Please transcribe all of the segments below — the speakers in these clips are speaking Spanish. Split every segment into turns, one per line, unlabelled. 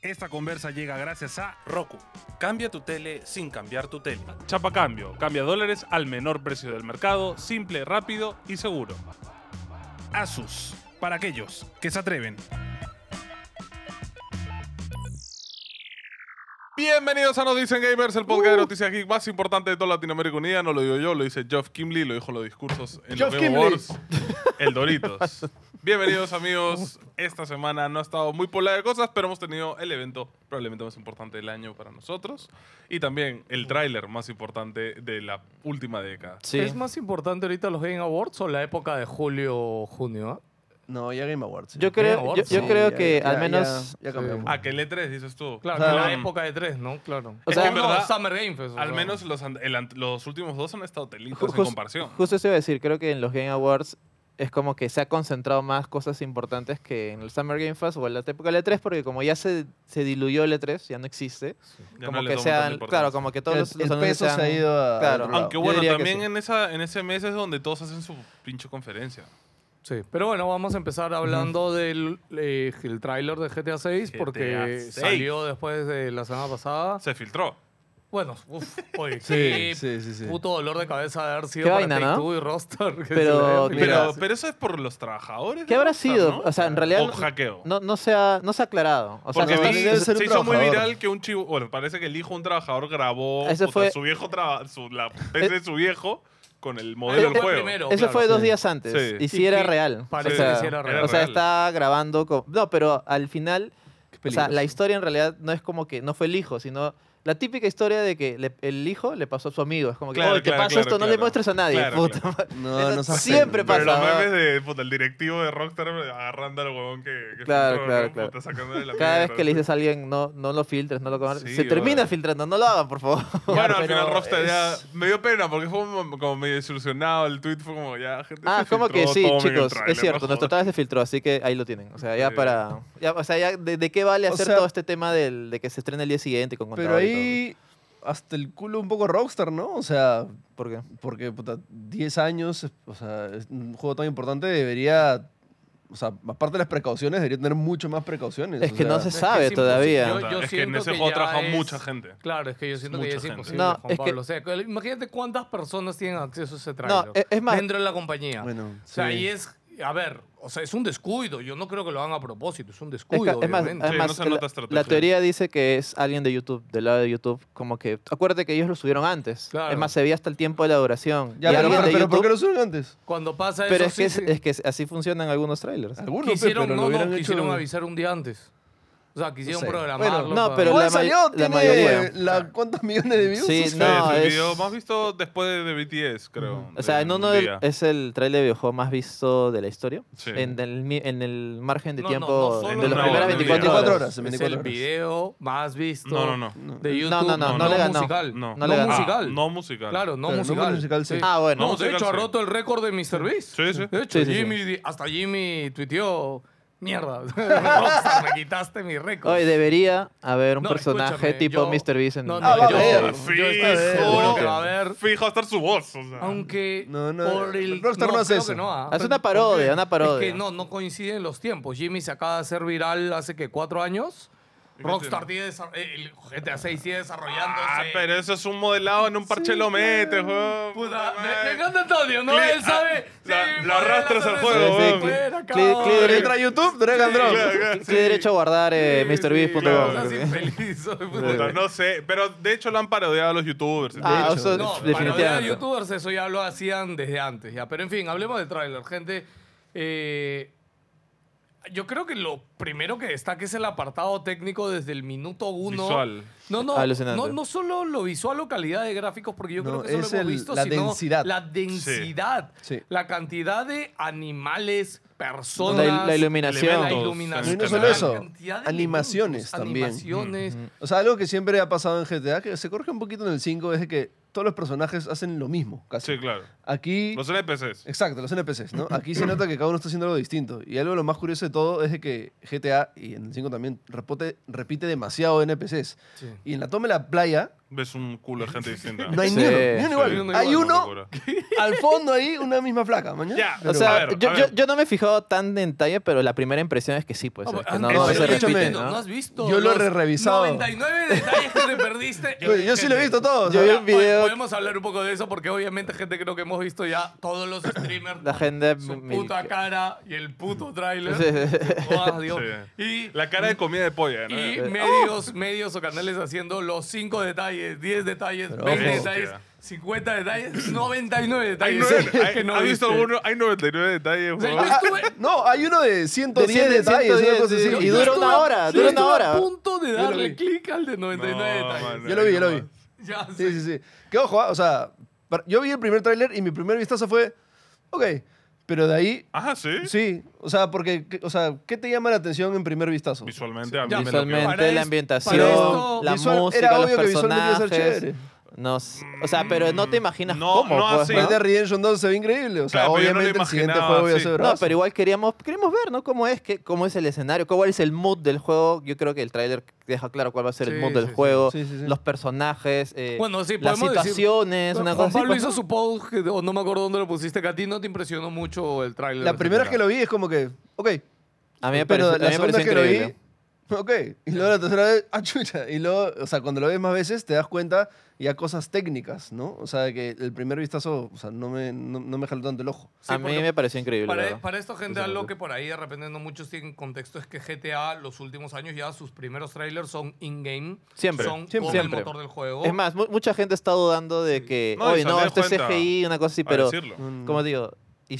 Esta conversa llega gracias a
Roku, cambia tu tele sin cambiar tu tele.
Chapa Cambio. Cambia dólares al menor precio del mercado, simple, rápido y seguro. Asus, para aquellos que se atreven.
Bienvenidos a Nos Dicen Gamers, el podcast de
Uh.
noticias geek más importante de toda Latinoamérica Unida. No lo digo yo, lo dice Geoff Kimley, lo dijo en los discursos en los
Geoff
Game
Kimbley.
Awards. El Doritos. Bienvenidos amigos. Esta semana no ha estado muy poblada de cosas, pero hemos tenido el evento probablemente más importante del año para nosotros y también el tráiler más importante de la última década.
Sí.
¿Es más importante ahorita los Game Awards o la época de julio junio? ah?
No, ya Game Awards. sí.
Yo creo,
Game
yo,
Awards,
yo
sí,
creo
ya-
que
ya-
al menos eh,
Ya, ya cambiamos.
Ah, que el E3 dices tú. Ah.
Claro,
Claro.
la época de tres, ¿no? Claro.
O
O
sea,
sea,
en
Em, verdad,
Summer Game Fest. o
Al
sea.
menos los, an- el ant- los últimos dos han estado telitos
ju-
en
jus-
comparación.
justo eso iba a decir, creo que en los Game Awards es como que se ha concentrado más cosas importantes que en el Summer Game Fest o en la época del E3, porque como ya se, se diluyó el E3, ya no existe,
Ya
como
no le
que
toman tanta
sean,
importancia.
claro, como que todos
El-
los, los
el
anuncios
peso se
sean-
ha ido a- a
claro.
otro lado.
Aunque
Yo
bueno,
diría que
también
sí.
en, esa, en ese mes es donde todos hacen su pinche conferencia.
Sí, pero bueno, vamos a empezar hablando del eh, el tráiler de GTA 6
GTA
porque
VI.
salió después de la semana pasada.
Se filtró.
Bueno, uff, oye,
Sí,
qué
sí, sí. sí.
puto dolor de cabeza de haber sido
Qué
para
vaina, ¿no?
Take-Two y Rockstar. que se
Pero-
haya filtrado.
Pero, pero eso es por los trabajadores.
¿Qué
de
habrá
Rockstar,
sido?
¿no?
O sea, en realidad
O
no-
hackeo.
no, no, se ha, no se ha aclarado. O sea,
Porque
no-
no,
vi-
debe ser un
se hizo muy
trabajador.
viral que un chivo, bueno, parece que el hijo de un trabajador grabó
Eso
puta,
fue-
su viejo traba- su, la PC de su viejo con el modelo
Eso
del
fue
juego.
primero.
eso
claro,
fue dos
sí.
días antes.
Sí.
Y
Y
sí era
que
real.
parece
o sea,
que sí era
era
O sea,
real.
está grabando con... No, pero al final
Qué
O sea,
peligro.
la historia en realidad no es como que no fue el hijo, sino la típica historia de que le- el hijo le pasó a su amigo. Es como que,
Claro,
oye, te
claro,
pasa
claro,
esto, no le
claro.
muestres a nadie.
Claro,
puta
claro.
madre.
No,
Eso
no seas
siempre
pendejo.
Pero los
Pasaba.
memes de, puta, el directivo de Rockstar agarrando al huevón que, que
Claro,
filtró,
claro,
¿no?
claro.
Puta, sacándole la
Cada vez
mierda.
que le dices a alguien, no, no lo filtres, no lo comas.
Sí,
se termina
brother.
filtrando, no lo hagan, por favor.
Bueno, al
Pero
final Rockstar ya
es-
me dio pena porque fue como como medio desilusionado. El tweet fue como ya, gente.
Ah,
se
como que
filtró,
sí,
tomen el
chicos,
tráiler,
es cierto,
no
nuestro
jodan.
traje se filtró, así que ahí lo tienen. O sea, ya
Sí.
para. ya- o sea, ya de, de qué vale
O
hacer
sea-
todo este tema del, de que se estrena el día siguiente con
Pero
contador y
ahí hasta el culo un poco Rockstar, ¿no? O sea,
todo? ¿Por qué?
porque puta, 10 años, o sea, es un juego tan importante debería, o sea, aparte de las precauciones, debería tener mucho más precauciones.
Es
o
que no
sea,
se
es
sabe
imposible.
todavía.
Yo- yo
es que en
siento
ese
que
juego
ya
trabajó
es-
mucha gente.
Claro, es que yo siento que
Mucha
ya es
gente.
imposible,
No,
Juan
es que-
Pablo. O sea, que- imagínate cuántas personas tienen acceso a ese
No,
tráiler.
es- es más,
dentro de la compañía.
Bueno,
o sea,
sí.
y es, a ver, o sea, es un descuido. Yo no creo que lo hagan a propósito, es un
Es
descuido.
ca- es más,
obviamente.
Sí, no
además,
se nota
la- la,
estrategia.
teoría dice que es alguien de YouTube, del lado de YouTube, como que acuérdate que ellos lo subieron antes.
Claro.
Es más, se veía hasta el tiempo de la duración.
Ya,
Y
pero,
alguien
pero,
de
pero ¿por qué
YouTube-
lo suben antes?
Cuando pasa
pero
eso,
es, pues, que,
sí,
es-
sí.
es que así funcionan algunos trailers.
Algunos, pe,
quisieron,
pero
no,
lo
no,
hubieran
quisieron
hecho...
avisar un día antes. O sea, quisieron
sé.
programarlo.
Bueno,
no,
para-
pero
Igual
la may-
salió,
la
tiene
mayoría.
la- ¿cuántos millones de views?
Sí,
O sea,
no,
Sí, es el
es-
video más visto después de, de BTS, creo.
O sea, en
de
uno
un
del-
día.
es el trailer de videojuego más visto de la historia.
Sí.
En, el, mi- en el margen de
No, no,
tiempo
no solo
de
en
las
una hora,
primeras
en un día.
24 horas.
horas, en 24
es el
horas.
video más visto
No, no, no.
no.
de YouTube.
No, no, no, no le ganó.
musical.
No.
No le ganó.
musical.
Ah, no musical.
Claro, no
Pero no
musical.
musical, sí.
Ah, bueno.
No,
No,
de hecho,
sí.
ha roto el récord de MrBeast.
Sí, sí.
De hecho,
Sí, sí, sí.
Jimmy, di- hasta Jimmy tuiteó, mierda, Rockstar, me quitaste mi récord.
Oye, debería haber un
No,
personaje
escúchame, yo-
tipo Mr. Beast en
No, no,
Ah, va a
yo,
haber.
yo estoy
Fijo.
seguro que va a haber,
Fijo va a estar su voz. O sea.
aunque
No, no,
por el...
Rockstar no hace
creo
eso.
que no, ah.
Hace una
¿Por qué?
parodia, una parodia.
Es que no, no coinciden los tiempos. Jimmy se acaba de hacer viral hace, que ¿Cuatro años?
¿Y qué
Rockstar tiene desa- eh, el GTA 6 sigue desarrollándose.
Ah, pero eso es un modelado en un parche lo metes, weón.
Puta,
madre.
me, me encanta Antonio, ¿no?
Cle-
Él sabe.
ah, la- la arrastras al juego,
weón.
Fuera,
Cle-
cabrón.
Cle- Cle-
Entra a YouTube, Drag and Drop.
Claro, claro,
¿Qué
sí.
derecho a guardar eh,
Sí, sí,
MrBeast.com?
claro,
Creo
estás
Porque-
infeliz, soy puta.
Puta, no sé. Pero de hecho lo han parodiado a los youtubers.
Ah,
hecho,
o sea,
de
No,
hecho.
para
definitivamente.
los youtubers eso ya lo hacían desde antes, ya. Pero en fin, hablemos de tráiler, gente. Eh, yo creo que lo primero que destaca es el apartado técnico desde el minuto uno.
Visual.
No, no,
Alucinante.
no, no solo lo visual o calidad de gráficos, porque yo
No,
creo que eso
es
lo hemos
el-
visto,
la
sino
densidad.
la densidad,
Sí. Sí.
la cantidad de animales, personas,
La- la iluminación.
la
Elementos.
iluminación,
No, y no solo
eso,
la cantidad de
animaciones
elementos,
también.
animaciones.
O sea, algo que siempre ha pasado en GTA, que se corrige un poquito en el 5, es de que todos los personajes hacen lo mismo, casi.
Sí, claro.
Aquí...
Los NPCs.
Exacto, los NPCs, ¿no? Aquí se nota que cada uno está haciendo algo distinto. Y algo de lo más curioso de todo es de que GTA, y en el 5 también, repote- repite demasiado NPCs.
Sí.
Y en la toma de la playa,
ves un culo de gente distinta.
No hay
Sí,
ni uno, ni uno
sí.
igual.
uno
Hay
igual.
Una
uno
locura.
al fondo ahí, una misma flaca, mañana.
Ya,
O
Pero-
sea,
a ver,
yo,
a
yo,
ver.
yo no me he fijado tan en detalle, pero la primera impresión es que sí, pues.
Ah,
es que
ah,
no,
eso
no
sí,
se
escúchame,
repite,
no,
¿no?
no has visto.
Yo lo he
los
revisado.
99 detalles que te perdiste.
yo, yo sí lo he visto todo. o sea,
Yo vi
Ahora,
un video-
Podemos hablar un poco de eso porque obviamente gente creo que hemos visto ya todos los streamers.
La gente...
su
mil-
puta cara y el puto trailer.
Sí, sí,
Y,
La cara de comida de polla, ¿no?
y medios, medios o canales haciendo los 5 detalles, 10 detalles,
Pero
20
ojo.
detalles, 50 detalles, 99
Hay
detalles.
nueve,
que
hay-
no
¿Has visto
viste.
alguno? Hay 99 detalles,
sea,
huevón.
yo estuve-
Ah, No, hay uno de 110 detalles. una
110,
cosa así.
sí, y
yo
dura
estuve-
una hora,
yo
dura una
estuve
hora.
a punto de
lo
darle
vi.
clic al de 99
No,
detalles.
mano.
Yo lo vi, yo lo
Ahí
vi.
nomás.
Ya sé.
Sí, sí, sí. Que ojo, ah, o sea, par- yo vi el primer tráiler y mi primer vistazo fue, ok, pero de ahí,
Ah, sí.
sí, o sea, porque, que- o sea, ¿qué te llama la atención en primer vistazo?
Visualmente, a mí
Ya.
me lo que
Visualmente,
Para es-
la ambientación,
para esto-
la
visual- era
música, los
obvio que visualmente iba a ser
personajes.
chévere.
No, s- o sea, pero no te imaginas
No,
cómo.
no
pues,
así.
Red Dead Redemption 2 se ve increíble, o sea,
Claro, pero yo no lo
obviamente el siguiente
imaginaba
juego iba a
así.
ser
No,
brazo.
No, pero igual queríamos, queremos ver, ¿no? Cómo es, que, cómo es el escenario, cuál es el mood del juego. Yo creo que el tráiler deja claro cuál va a ser el
Sí,
mood
sí,
del
sí.
juego,
Sí, sí, sí.
los personajes, eh,
Bueno, sí,
las
podemos decir-
situaciones, una cosa
Juan
así,
Pablo
pues,
hizo
¿no?
su post, que- o no me acuerdo dónde lo pusiste, que a ti no te impresionó mucho el tráiler.
La primera vez que lo vi es como que, ok,
A mí me
pero
pareció, a mí
la
me
segunda
pareció
vez que lo
increíble.
vi, ok, y luego la tercera vez, ah, chucha, y luego, o sea, cuando lo ves más veces te das cuenta ya cosas técnicas, ¿no? O sea, que el primer vistazo, o sea, no me, no, no me jaló tanto el ojo.
Sí,
a mí
porque
me pareció increíble.
Para,
¿verdad?
para esto, gente,
Exacto.
algo que por ahí de repente no muchos tienen contexto es que GTA, los últimos años ya, sus primeros trailers son in-game.
Siempre,
Son
siempre.
con
Siempre.
el motor del juego.
Es más, mu- mucha gente está dudando de que,
No, y
oye, no,
salió
esto es
cuenta
CGI, una cosa así,
a
pero
decirlo.
Mm.
como digo,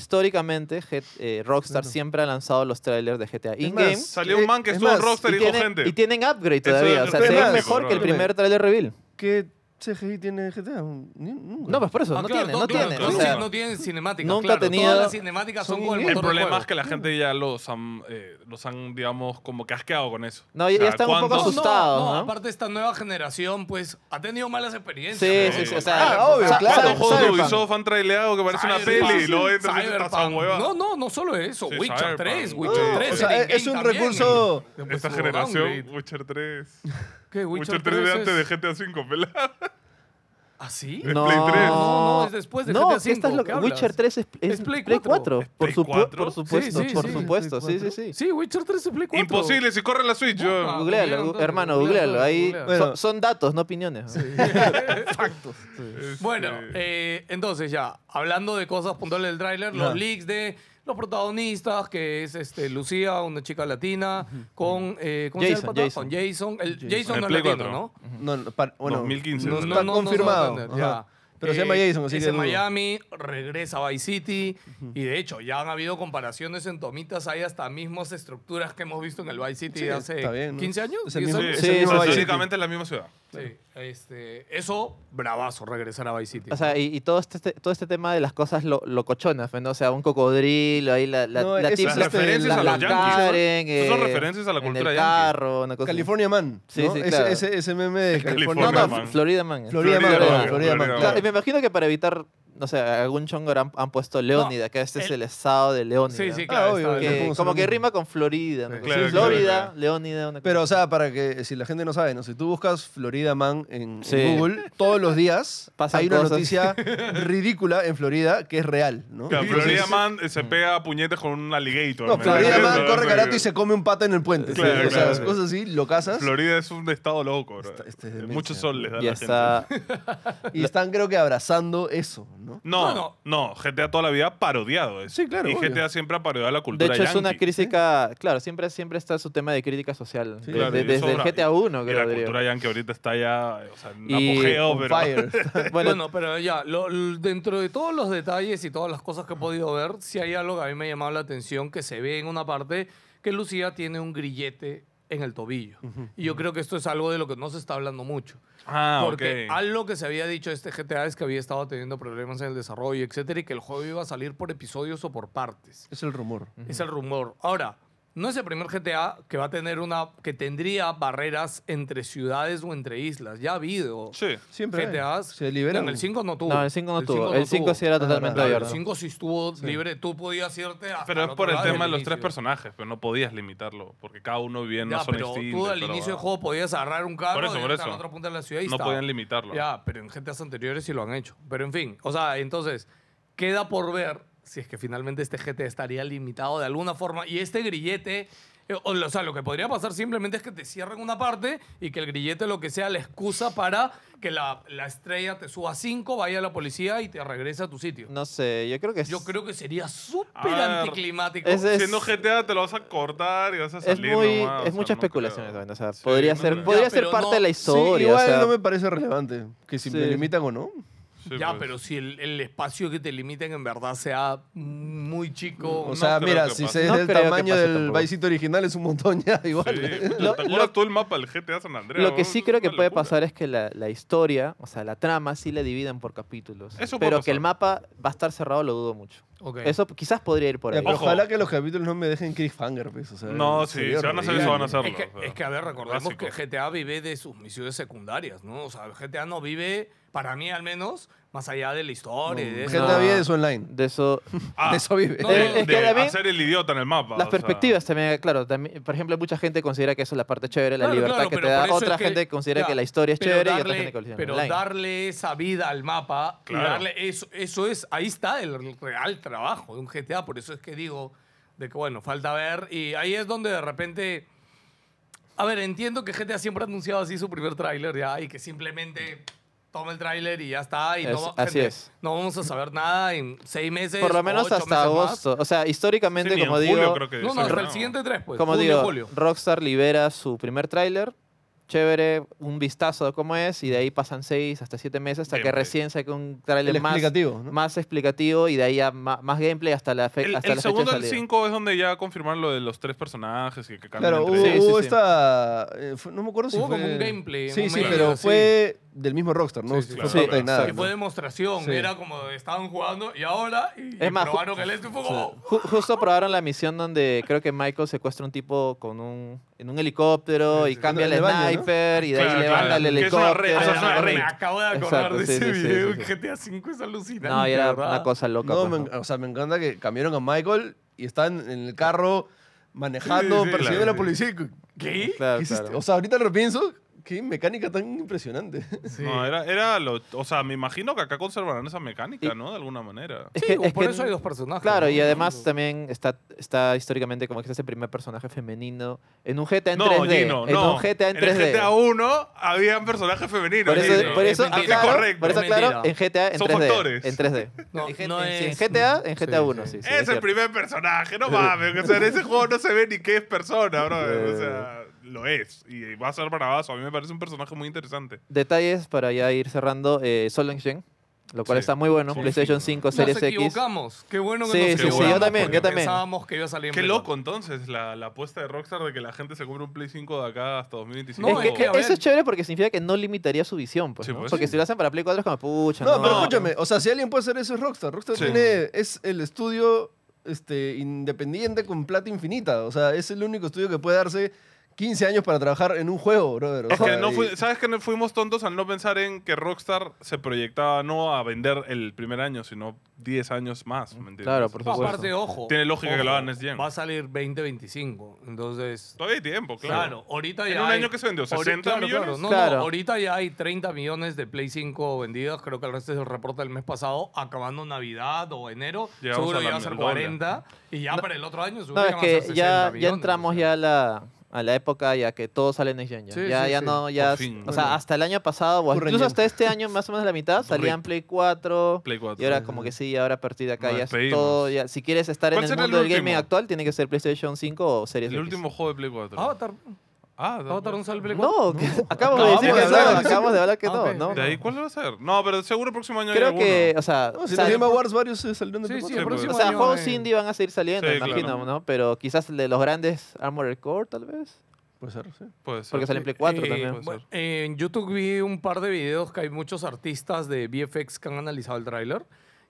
históricamente G- eh, Rockstar siempre ha lanzado los trailers de GTA
Es
in-game.
más,
Salió un man que
es
estuvo en
más,
Rockstar y
y,
dijo
tienen-
gente.
y tienen upgrade
Eso
todavía,
es
o sea,
lo
se
que
ve
más,
mejor que el
bro.
primer trailer reveal.
¿Qué CGI tiene GTA? Ni- nunca.
No, pues por eso,
Ah,
no
claro,
tiene,
todo-
no
claro,
tiene.
todo-
o
sí,
sea,
no tienen cinemáticas.
nunca
claro,
tenía-
Todas las cinemáticas son,
son
con el
in-game.
El
motor del
problema
juego.
es que la gente ya los han, eh, los han digamos, como casqueado con eso.
No, ya- ya están un poco
¿cuántos-
asustados. asustado, ¿no?
aparte esta nueva generación, pues, ha tenido malas experiencias.
Sí,
¿no?
sí, sí, o
Con
sea,
Ah, obvio,
Sa-
claro.
Cyber-
¿Cuántos juegos de
Cyberpunk.
Ubisoft han traileado que parece una
Cyberpunk,
peli? Y luego entras en
Cyberpunk.
esta hueva.
No, no, no solo eso.
Sí,
Witcher
Cyberpunk.
3,
Sí.
Witcher 3.
O sea,
el
es- es
in-game
un
también.
recurso-
Pues,
Esta
su
generación,
downgrade.
Witcher 3.
¿Qué?
Witcher 3 de antes de
es-
GTA 5, pelada.
¿Ah, sí?
No, Play 3.
No, no, es después de
No,
GTA
¿qué estás
5,
loco?
¿qué hablas?
Witcher 3 es, es Play 4.
¿Es
por,
Play
supu-
4?
por supuesto,
Sí, sí,
por
sí.
supuesto, sí, sí,
Play
sí.
Sí, Witcher 3 y Play 4.
Imposible si corre la Switch. yo-
Puta.
Googlealo,
googlealo,
gu- hermano,
googlealo,
googlealo. Ahí
googlealo.
son-
Bueno.
son datos, no opiniones. ¿no?
Factos.
Este,
Bueno, eh, entonces ya, hablando de cosas puntuales del tráiler, los
Ya.
leaks de los protagonistas, que es este, Lucía, una chica latina, con... eh, ¿Cómo se
Jason,
llama el pata?
Jason.
Con Jason. El Jason,
En
no es
Play
latino,
4.
¿no?
No, no, pa- bueno,
2015, ¿no?
No, está
no, no se va a
confirmado.
entender,
ajá.
ya.
Pero se
Eh,
llama Jason, así
es
que
en
dudo.
Miami, regresa a Vice City. Y de hecho, ya han habido comparaciones en tomitas. Hay hasta mismas estructuras que hemos visto en el Vice City
Sí,
de hace
está bien, ¿no?
15 años.
Es el
10
mismo-
Sí,
años.
Sí,
sí,
sí,
o sea,
sí.
básicamente es la misma ciudad.
Sí, este, eso, bravazo, regresar a Vice City.
O sea, y, y todo, este, este- todo este tema de las cosas lo, locochonas, ¿no? O sea, un cocodrilo, ahí la, la,
No,
la
es-
tipa-
Las
la-
referencias
la-
a
la
los yankees, ¿no?
Karen,
Esas son
eh,
referencias a la
en
cultura
el
yankee.
carro, una cosa así.
California Man.
Sí,
¿no?
sí,
ese,
claro.
ese, ese meme de
California
California,
No, no,
Man.
Man.
Florida Man.
Florida Man,
Florida
perdón,
Man,
Florida
Florida
Man,
Claro,
claro.
y me imagino que para evitar, no sé, algún chongo han, han puesto Leónida, que este es el estado de Leónida.
sí, sí,
¿no?
claro.
Ah, obvio,
está
no
bien.
Que,
podemos
como
hacer
que
lo
rima con Florida. ¿no?
Sí,
Cosa
claro,
así.
claro,
Florida,
claro.
Leónida, una cosa
Pero, o
así.
sea, para que si la gente no sabe, ¿no? Si tú buscas Florida Man en
Sí.
en Google, todos los días
Pasan
hay una
cosas.
noticia ridícula en Florida que es real, ¿no?
Claro,
Entonces,
Florida Man eh, se pega a puñetes con un alligator.
No,
¿me
Florida
entiendes?
Man corre
Sí.
carato y se come un pato en el puente.
Claro,
Sí, o sea,
claro.
las cosas así, lo casas.
Florida es un estado loco, bro.
Esta- esta es demencia.
Muchos sol les da a
y
la
está...
Y están, creo que, abrazando eso, ¿no?
gente. No,
No,
no, GTA toda la vida ha parodiado eso.
Sí, claro,
Y
obvio.
GTA siempre ha parodiado la
De
cultura
hecho, es una
yankee.
crítica... Claro, siempre, siempre está su tema de crítica social. de-
Claro,
de-
y eso
desde el
ahora-
GTA 1,
y
creo.
la
diría.
cultura yankee ahorita está ya, o sea, en
Y
apogeo,
On
pero...
fire.
Bueno,
Bueno, pero ya, lo- l- dentro de todos los detalles y todas las cosas que he podido ver, sí hay algo que a mí me ha llamado la atención, que se ve en una parte que Lucía tiene un grillete en el tobillo. Y yo creo que esto es algo de lo que no se está hablando mucho.
Ah, ok.
porque algo que se había dicho de este GTA es que había estado teniendo problemas en el desarrollo, etcétera, y que el juego iba a salir por episodios o por partes.
es el rumor.
Es el rumor. Ahora, no es el primer GTA que va a tener una que tendría barreras entre ciudades o entre islas. Ya ha habido
Sí.
Siempre. hay.
GTAs.
Se liberan.
No, el 5 no tuvo.
No, el 5 no tuvo. El 5
tuvo.
sí era
Ah, verdad.
totalmente
Claro, el
abierto.
5 sí estuvo libre. Tú podías irte hasta
Pero es por
otro
el
lado
tema de
del
los tres
inicio.
personajes, pero no podías limitarlo, porque cada uno vivía en
Ya,
una zona
pero
distinta.
tú al
y toda la
inicio del
vaina.
juego podías agarrar un carro
Por eso,
y
por
irte a la
eso.
otra punta de la ciudad y
No
estaba.
podían limitarlo.
Ya, pero en GTAs anteriores sí lo han hecho. Pero en fin, o sea, entonces, queda por ver si es que finalmente este GT estaría limitado de alguna forma. Y este grillete, eh, o, o sea, lo que podría pasar simplemente es que te cierren una parte y que el grillete lo que sea la excusa para que la, la estrella te suba a 5, vaya a la policía y te regrese a tu sitio.
No sé, yo creo que es.
Yo creo que sería súper
A ver,
anticlimático.
es- es-
Siendo GTA te lo vas a cortar y vas a
es
salir
muy,
nomás, o
es
sea,
mucha
no
especulación
creo.
esa vaina, O sea,
Sí,
podría
no
ser,
creo.
podría
Ya,
ser
pero
parte
no-
de la
Sí,
historia. o
igual
sea,
no me parece relevante. Que si me
Sí.
limitan o no.
Sí,
ya,
pues.
pero si el, el espacio que te limiten en verdad sea muy chico.
O sea,
creo
mira,
que
si
pase.
se es
No
del
creo que
tamaño
pase
del
tampoco.
Vice City original, es un montón ya, igual.
Sí, puta,
Lo-
¿te
lo-
acuerdas todo el mapa del GTA San Andreas?
Lo que
weón?
sí
Es
creo que
una
puede
locura.
pasar es que la, la historia, o sea, la trama, sí la dividan por capítulos.
Eso puede
pero que el
pasar.
mapa va a estar cerrado, lo dudo mucho.
Ok.
Eso quizás podría ir por
Ya,
ahí.
pero
Ojo.
ojalá que los capítulos no me dejen cliffhanger, pues. o sea,
No, sí,
sería
si van a hacer
horrible.
eso, van a hacerlo.
Es que,
o sea,
es que, a ver, recordemos
básico.
que GTA vive de sus misiones secundarias, ¿no? O sea, GTA no vive, para mí al menos, más allá de la historia. y de eso.
Gente
No.
vive de su online.
De eso,
Ah,
de eso vive.
no,
de,
es- es
que
de
también-
hacer el idiota en el mapa.
las
o sea.
perspectivas también, claro. también- por ejemplo, mucha gente considera que eso es la parte chévere, la
Claro,
libertad
claro,
que te
pero por
da.
eso
Otra
es que-
gente considera
ya,
que la historia es
pero
chévere y otra
darle-
gente que lo considera
Pero
online.
darle esa vida al mapa, y
Claro.
darle eso, eso es, ahí está el real trabajo de un GTA, por eso es que digo, de que bueno, falta ver, y ahí es donde de repente... A ver, entiendo que GTA siempre ha anunciado así su primer tráiler ya y que simplemente toma el tráiler y ya está y no,
Es-
va-
así
gente,
es.
no vamos a saber nada en seis meses.
por lo menos
ocho
hasta
meses más.
agosto. O sea,
Sí,
históricamente,
ni en
como
julio
digo,
creo que
No, no,
sale,
hasta el
¿no?
siguiento tres, pues.
como
junio,
digo,
julio.
Rockstar libera su primer tráiler, chévere, un vistazo de cómo es, y de ahí pasan seis hasta siete meses hasta que
Gameplay.
recién saque un
El
tráiler más
explicativo, ¿no?
más explicativo y de ahí a ma- más, gameplay hasta la, fe-
El,
hasta
el
la
segundo
fecha
al
de salida.
5 es donde ya confirmaron lo de los tres personajes que, que cambian
Claro, hubo,
entre
Sí,
ellos.
hubo
sí.
esta. eh, fue- no me acuerdo si
Hubo
fue.
como un gameplay,
Sí,
un
sí,
medio,
pero
sí.
fue del mismo Rockstar, ¿no?
Sí, sí,
Fue
claro.
otra y nada,
Que
¿no?
fue demostración,
Sí.
era como estaban jugando y ahora y,
Es más, ju-
probaron el este y fue como,
Ju- justo probaron la misión donde creo que Michael secuestra un tipo con un, en un helicóptero y cambia el,
En el baño, ¿no?
sniper y de ahí
Claro,
levanta
claro.
el
Que es una red,
helicóptero.
o sea,
"Ah,
es una
no,
rey".
me acabo de acordar
Exacto,
de
sí,
ese
sí, sí,
video
sí,
en
sí.
GTA V es alucinante.
No, y era
¿verdad?
una cosa loca.
No,
pues,
me
¿no?
en- o sea, me encanta que cambiaron a Michael y están en el carro
Sí,
manejando,
sí,
persiguiendo
claro,
a la policía. y-
¿Qué?
Claro,
¿qué hiciste?
claro.
O sea, ahorita lo pienso, qué mecánica tan impresionante.
Sí.
No, era, era lo. O sea, me imagino que acá conservarán esa mecánica,
Y-
¿no? De alguna manera.
Es
Sí,
que-
o
es
por
que-
eso hay dos
Ah,
personajes.
Claro,
¿no?
y además también está, está históricamente como que es el primer personaje femenino en un GTA en
no,
3D.
Gino,
en
no.
un GTA en 3D.
el GTA 1 habían personajes femeninos.
por eso,
Gino.
por
es
eso,
mentira.
aclaro,
Correcto.
por eso
Es
aclaro,
mentira.
en GTA en
Son
3D.
factores.
En 3D.
No,
en, G-
no
en- en
es-
GTA, en GTA
Sí,
1,
sí.
sí. sí,
es el
cierto.
primer personaje, no mames. O sea, en ese juego no se ve ni qué es persona, bro. O
Eh.
sea, lo es. Y va a ser bravazo. A mí me parece un personaje muy interesante.
Detalles para ya ir cerrando. Eh, Solo Engine, lo cual
Sí.
está muy bueno.
Sí,
PlayStation
sí.
5,
Nos
Series X.
equivocamos. Qué bueno que
Sí,
nos
sí,
sí, yo
equivocamos.
también,
porque
yo también.
Pensábamos que iba a salir en
Qué
Play
loco, entonces, la, la apuesta de Rockstar de que la gente se compre un Play 5 de acá hasta 2025.
No,
es que, eh,
es que, a
eso
ver.
es chévere porque significa que no limitaría su visión, pues,
Sí,
¿no?
pues.
Porque
Sí.
si lo hacen para Play 4 es como, pucha,
No,
no.
pero escúchame, o sea, si alguien puede hacer eso es Rockstar. Rockstar
Sí.
tiene, es el estudio este, independiente con plata infinita. O sea, es el único estudio que puede darse 15 años para trabajar en un juego, brother. O
Es
eh,
que
sea,
no
y-
fui- ¿Sabes que no fuimos tontos al no pensar en que Rockstar se proyectaba no a vender el primer año, sino 10 años más? ¿me entiendes?
Claro, por
Entonces,
supuesto.
Aparte, ojo.
Tiene lógica que
ojo,
lo hagan next gen.
Va a salir 2025. Entonces,
Todavía hay tiempo,
Claro,
claro.
ahorita
En
ya.
un
hay-
año que se vendió,
ahorita-
60
claro,
millones.
claro. No, no,
Claro.
ahorita ya hay 30 millones de Play 5 vendidos. Creo que el resto es el reporte del mes pasado, acabando Navidad o enero.
Llegamos
seguro
a la
ya va a ser
mil dólares.
40. Y ya para el otro año, seguro
No, es
ya van a ser
que
60
ya, ya
millones,
entramos
o
ya
sea.
a la, a la época ya que todo sale en Next Gen. Ya,
Sí,
ya,
sí,
ya
sí.
no, ya.
Por fin.
O sea, hasta el año pasado, o
Curren
incluso
ya.
hasta este año, más o menos la mitad, salían Play 4.
Play 4.
Y ahora como que sí, ahora a partir de acá
Nos
ya es
despedimos.
todo. ya- si quieres estar en
¿Cuál
el
será el
mundo del gaming
último?
actual, tiene que ser PlayStation 5 o Series
El
X.
último juego de Play 4.
Avatar.
Ah, de-
Avatar no sale en Play 4.
No, que- acabo
No,
de decir
vamos
que
a hablar,
no,
sí.
acabamos de hablar que
Ah,
no,
ok,
¿no?
ok.
¿De ahí cuál va a ser? No, pero seguro el próximo año hay
Creo
alguno.
que, o sea,
No, si los
sale-
Game Awards varios se salieron de
Sí,
Play
sí,
cuatro.
el
pues.
próximo
o sea,
año
juegos
en-
indie van a seguir saliendo,
Sí,
imagino,
claro.
¿no? Pero quizás el de los grandes Armored Core, tal vez.
Puede ser, sí.
Puede ser.
Porque sale en Play 4
Eh,
también.
puede
bueno, en YouTube vi un par de videos que hay muchos artistas de VFX que han analizado el tráiler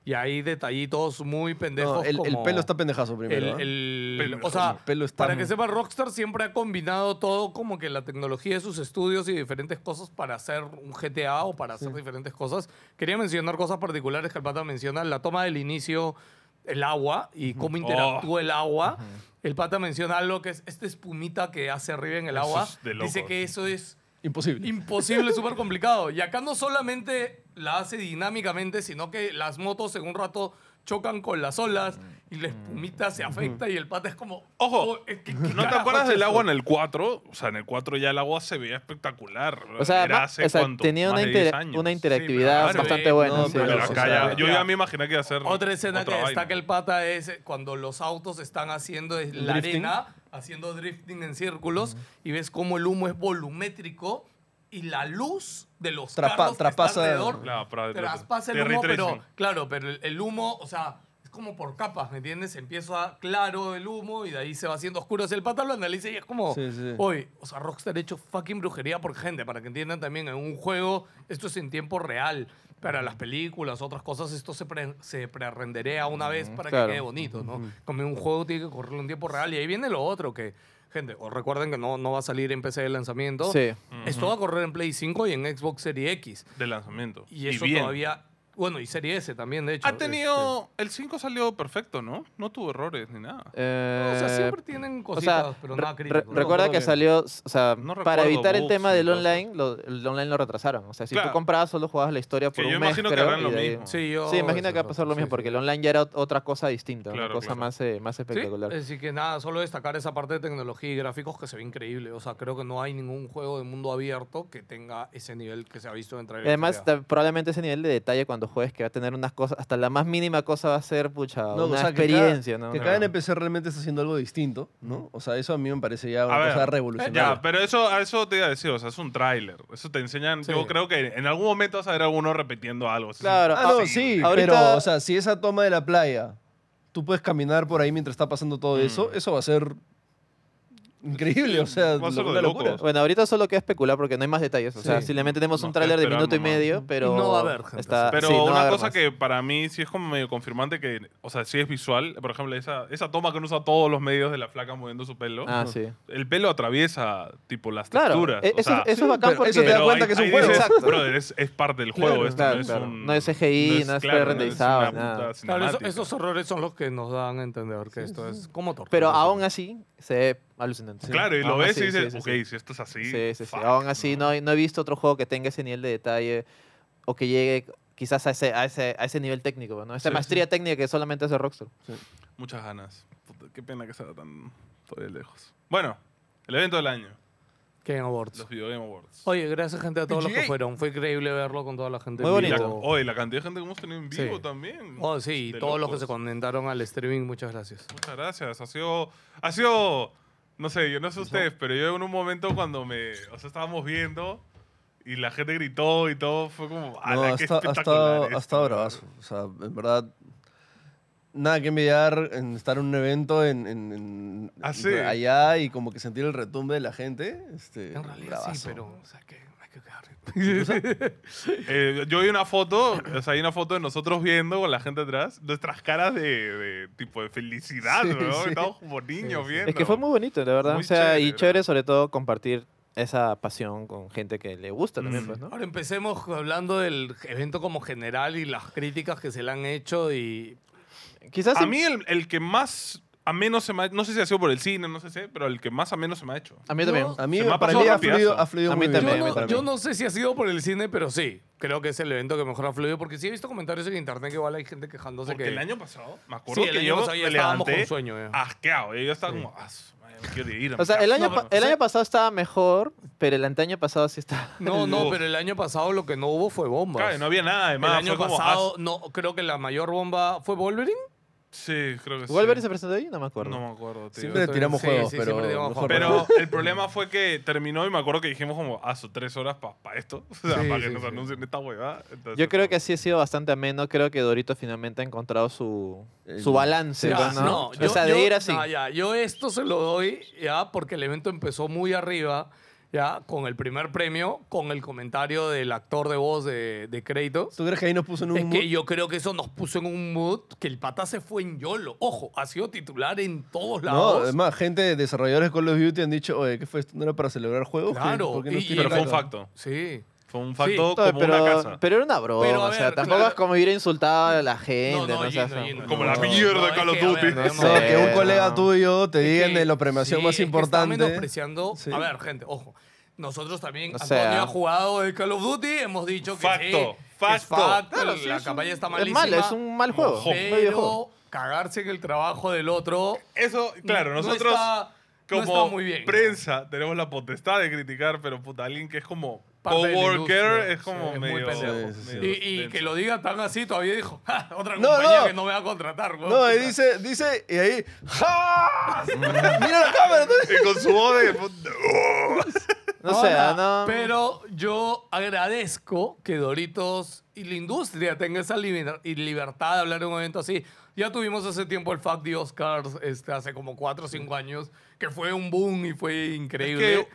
Y hay detallitos muy pendejos.
No, el, el
como
pelo está pendejazo
el-
primero. ¿ah?
el-
Pelo,
o sea,
el pelo está-
para que sepa, Rockstar siempre ha combinado todo como que la tecnología de sus estudios y diferentes cosas para hacer un GTA o para hacer diferentes cosas. Quería mencionar cosas particulares que el pata menciona. La toma del inicio, el agua y cómo
Oh.
interactúa el agua. El pata menciona algo que es esta espumita que hace arriba en el
Eso
agua.
es de
Dice
locos.
que eso es
Imposible.
imposible, súper complicado. Y acá no solamente la hace dinámicamente, sino que las motos en un rato chocan con las olas y la espumita se afecta y el pata es como...
Ojo,
"Oh, es que- ¿qué
¿No te
carajo
acuerdas
es
del
esto?".
agua en el 4? O sea, en el 4 ya el agua se veía espectacular.
O sea,
Era
ma-
hace
o sea,
cuánto,
tenía
más
una,
de
intera-
10 años.
una
Sí,
interactividad
claro.
bastante
Sí,
buena.
no,
sí,
pero
Pero
o
acá
sea,
ya, yo ya me imaginé que iba a ser
Otra escena que
otra vaina.
destaca el pata es cuando los autos están haciendo es la
Drifting.
arena, haciendo drifting en círculos y ves cómo el humo es volumétrico y la luz de los
Trapa-
carros que está
traspasa-
alrededor
Claro, pero-
traspasa el
Terry
humo,
Tracing.
pero claro, pero el, el humo, o sea, es como por capas, ¿me entiendes? Empieza claro el humo y de ahí se va haciendo oscuro. O sea, el pata lo analiza y es como,
Sí, sí.
hoy, o sea, Rockstar ha hecho fucking brujería por gente, para que entiendan también, en un juego esto es en tiempo real. Para las películas, otras cosas, esto se, pre, se renderea una vez para
claro.
que quede bonito, ¿no? Como un juego tiene que correrlo en tiempo real. Y ahí viene lo otro que, gente, os recuerden que no, no va a salir en PC de lanzamiento.
Sí.
Esto va a correr en Play 5 y en Xbox Series X.
de lanzamiento.
Y eso
bien.
todavía. Bueno, y Serie S también, de hecho.
Ha tenido. El 5 salió perfecto, ¿no? No tuvo errores ni nada.
Este, o sea,
Eh,
siempre tienen
o
cositas,
sea,
pero
re-
nada
re-
crítico.
recuerda que salió, o sea,
No recuerdo
para evitar el
bugs
tema
ni
del
cosas.
online, lo, el online lo retrasaron. O sea, si
Claro.
tú comprabas, solo jugabas la historia por
Que yo
un mes,
imagino que
creo,
harán
y
lo
de ahí-
mismo.
Sí, yo.
Sí, imagina que va a pasar lo mismo, porque el online ya era ot- otra cosa distinta,
Claro,
una cosa
claro.
más, eh, más espectacular.
Sí, así que nada, solo destacar esa parte de tecnología y gráficos que se ve increíble. O sea, creo que no hay ningún juego de mundo abierto que tenga ese nivel que se ha visto en
Y
Trailer
Además,
GTA.
ta- probablemente ese nivel de detalle cuando juegues que va a tener unas cosas, hasta la más mínima cosa va a ser, pucha,
No, o
una
sea, que cada-
experiencia, ¿no?
Que cada NPC realmente está haciendo algo distinto, ¿no? O sea, eso a mí me parece ya una
A ver,
cosa
eh,
revolucionaria.
Ya, pero eso, a eso te iba a decir, o sea, es un tráiler. Eso te enseñan.
Sí.
Yo creo que en algún momento vas a ver a alguno repitiendo algo. Eso es
Claro.
Ah, no,
Ah,
sí,
ahorita-
pero, o sea, si esa toma de la playa, tú puedes caminar por ahí mientras está pasando todo eso, eso va a ser increíble, o sea,
Va a ser
lo-
de
una locura.
locos.
Bueno, ahorita solo queda especular porque no hay más detalles. O sea,
Sí.
simplemente tenemos un
Nos queda
tráiler de
esperar
minuto y
nomás.
medio, pero...
no va a haber, gente,
está-
Pero
sí, no va a
una
haber
cosa
más.
que para mí sí es como medio confirmante que, o sea, sí es visual. Por ejemplo, esa, esa toma que han usado todos los medios de la flaca moviendo su pelo.
Ah, sí.
El pelo atraviesa, tipo, las
Claro,
texturas.
e-
o
eso,
sea,
eso es bacán
pero
porque...
eso te da cuenta
ahí-
que es un
ahí
juego.
dices,
Exacto.
brother, es, es parte del juego.
Claro,
esto
claro,
no, es
claro.
un-
No es CGI, no es pre-renderizado,
una
nada.
puta
Claro, eso-
cinemática.
esos errores son los que nos dan a entender que esto es como tortura.
Pero aún así se ve alucinante.
Claro, y lo
Aún
ves
así,
y dices,
sí, sí,
ok,
sí.
si esto es así.
Sí, sí, sí.
fuck,
Aún así no, he- no he visto otro juego que tenga ese nivel de detalle o que llegue quizás a ese, a ese, a ese nivel técnico, ¿no? Esa
Sí,
maestría técnica que solamente hace Rockstar.
Muchas ganas. Puta, qué pena que sea tan todavía lejos. Bueno, el evento del año,
Game Awards.
los Video Game Awards.
Oye, gracias, gente, a todos los que
PGA.
fueron. Fue increíble verlo con toda la gente.
Muy
en
Y la-
vivo.
bonito.
Oye, la cantidad de gente que hemos tenido en
Sí.
vivo también.
Oh, sí, y
De
todos los que
locos.
se conectaron al streaming, muchas gracias.
Muchas gracias. Ha sido, ha sido, no sé, yo no sé ustedes, pero yo en un momento cuando me, o sea, estábamos viendo y la gente gritó y todo, fue como,
No,
¡ala, qué
hasta,
espectacular
hasta,
esto,
hasta
¿no?
bravazo. O sea, en verdad, nada que envidiar en estar en un evento en, en- en-
Ah, sí.
allá y como que sentir el retumbe de la gente. Este,
En realidad sí,
bravazo.
pero o sea, que hay que quedar.
Eh, yo vi una foto, o sea, hay una foto de nosotros viendo con la gente atrás, nuestras caras de, de tipo de felicidad,
Sí,
¿no?
sí.
Estamos como niños viendo.
Es que fue muy bonito, la verdad.
Muy
o sea,
chévere,
y chévere
¿verdad?
sobre todo compartir esa pasión con gente que le gusta también,
Mm.
pues, ¿no?
Ahora empecemos hablando del evento como general y las críticas que se le han hecho y
Quizás
A
sí-
mí el, el que más a menos se me ha no sé si ha sido por el cine, no sé si, pero el que más a menos se me ha hecho.
a mí
Yo-
también.
A mí,
Se me ha
para
pasado
mí ha
rapidazo.
fluido, ha fluido
A
muy
mí
bien.
también,
yo,
a mí
no,
también.
yo no sé si ha sido por el cine, pero sí. Creo que es el evento que mejor ha fluido porque sí he visto comentarios en internet que igual hay gente quejándose
Porque
que...
el año pasado, me acuerdo
Sí, el
que
año
yo
pasado ya
me
estábamos
levanté
con sueño, eh.
asqueado. Y yo estaba como, ah, su madre, me quiero ir. a mi
O sea, el
casa".
año,
No,
pa-
pero-
el año pasado estaba mejor, pero el anteaño pasado sí estaba...
No, no,
Uf.
pero el año pasado lo que no hubo fue bombas.
Claro, no había nada
el
además.
año
fue como,
pasado,
"Ah,
no, creo que la mayor bomba fue Wolverine.
sí, creo que sí.
¿Wolverine se presentó ahí? No me acuerdo.
No me acuerdo, tío.
Siempre tiramos
Sí,
juegos,
sí,
pero.
siempre tiramos
mejor
juegos.
Pero el problema fue que terminó y me acuerdo que dijimos como, ah, son tres horas para esto. O sea,
Sí,
para que
sí,
nos
sí.
anuncien esta huevada. Entonces,
Yo creo que
como-
sí ha sido bastante ameno. Creo que Dorito finalmente ha encontrado su,
El-
su balance.
Ya,
pues,
ah, no,
¿no?
yo,
o sea,
yo-
de ir así.
no, ya, yo esto se lo doy ya porque el evento empezó muy arriba ya con el primer premio, con el comentario del actor de voz de, de Kratos.
¿Tú crees que ahí nos puso en un
Es que
mood?
yo creo que eso nos puso en un mood que el pata se fue en YOLO. Ojo, ha sido titular en todos
No,
lados.
es más, gente de desarrolladores de Call of Duty han dicho, oye, ¿qué fue esto? ¿No era para celebrar juegos? ¿Qué-
Claro,
¿por qué nos
y-
tiran
Pero fue un
acá?
facto.
sí.
Fue un
Sí,
facto
Todo,
como una
pero,
casa.
pero era una broma,
Pero, a
o sea,
ver,
tampoco
claro.
es como ir a insultar a la gente, no,
no,
seas-
Gino, Gino,
Como
no.
la mierda
no, es
Call of
que, a ver,
Duty.
No
tenemos-
No, que un
Sí,
colega
no.
tuyo te
Es
digan
que-
de la premiación
sí,
más
es que está
importante.
menospreciando.
Sí.
A ver, gente, ojo. Nosotros también,
O
Antonio
sea-
ha jugado el Call of Duty, hemos dicho que
Facto,
sí, que es
facto.
facto,
Claro, sí,
la
es un-
campaña está
es
malísima.
mala, es un mal juego,
Ojo.
no hay videojuego.
Pero cagarse en el trabajo del otro.
Eso, claro,
no
nosotros
está- no
como
está muy bien.
prensa tenemos la potestad de criticar, pero puta, alguien que es como
Parte de la
coworker
industria,
es como
sí, es muy
medio.
pendejo.
Sí, sí,
medio
Y, y que
denso.
lo diga tan así, todavía dijo, "Ja, otra
No,
compañía
no.
que no me va a contratar. weón".
No, y
Puta.
dice, dice, y ahí, ¡Ja! ¡Mira la cámara! tú-
Y con su voz de. ¡Oh!
No sé, ah,
Ahora,
no.
Pero yo agradezco que Doritos y la industria tenga esa liber- y libertad de hablar de un evento así. Ya tuvimos hace tiempo el Fact de Oscars, este, hace como 4 o 5 años, que fue un boom y fue
Es
increíble.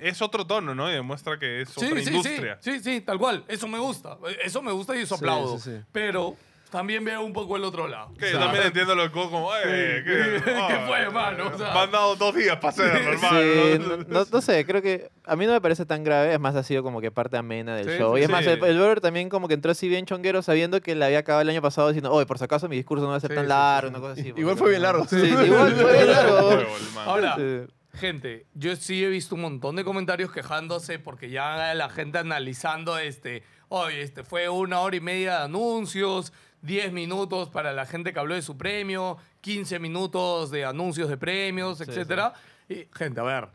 que es otro tono, ¿no? Y demuestra que es otra
sí,
industria.
Sí, sí, sí, tal cual. Eso me gusta. Eso me gusta y eso
Sí,
aplaudo.
sí, sí.
Pero también veo un poco el otro lado.
Que
O
yo
sea,
también entiendo lo que como. "Eh, ¿Qué,
¿Qué
ah,
fue, mano? O sea-
me han dado dos días para hacerlo,
Sí, no,
hermano.
no- no sé, creo que a mí no me parece tan grave, es más, ha sido como que parte amena del
Sí,
show.
sí,
y es más,
sí.
el, el Weber también como que entró así bien chonguero sabiendo que le había acabado el año pasado diciendo, oye, por si acaso mi discurso no va a ser
Sí,
tan
sí,
largo, una cosa así.
Igual
porque-
fue bien largo.
Sí, igual fue bien largo.
Huevo, hermano.
Ahora,
Sí.
Gente, yo sí he visto un montón de comentarios quejándose porque ya la gente analizando este, oye, este fue una hora y media de anuncios, 10 minutos para la gente que habló de su premio, 15 minutos de anuncios de premios, etcétera. Y, gente, a ver,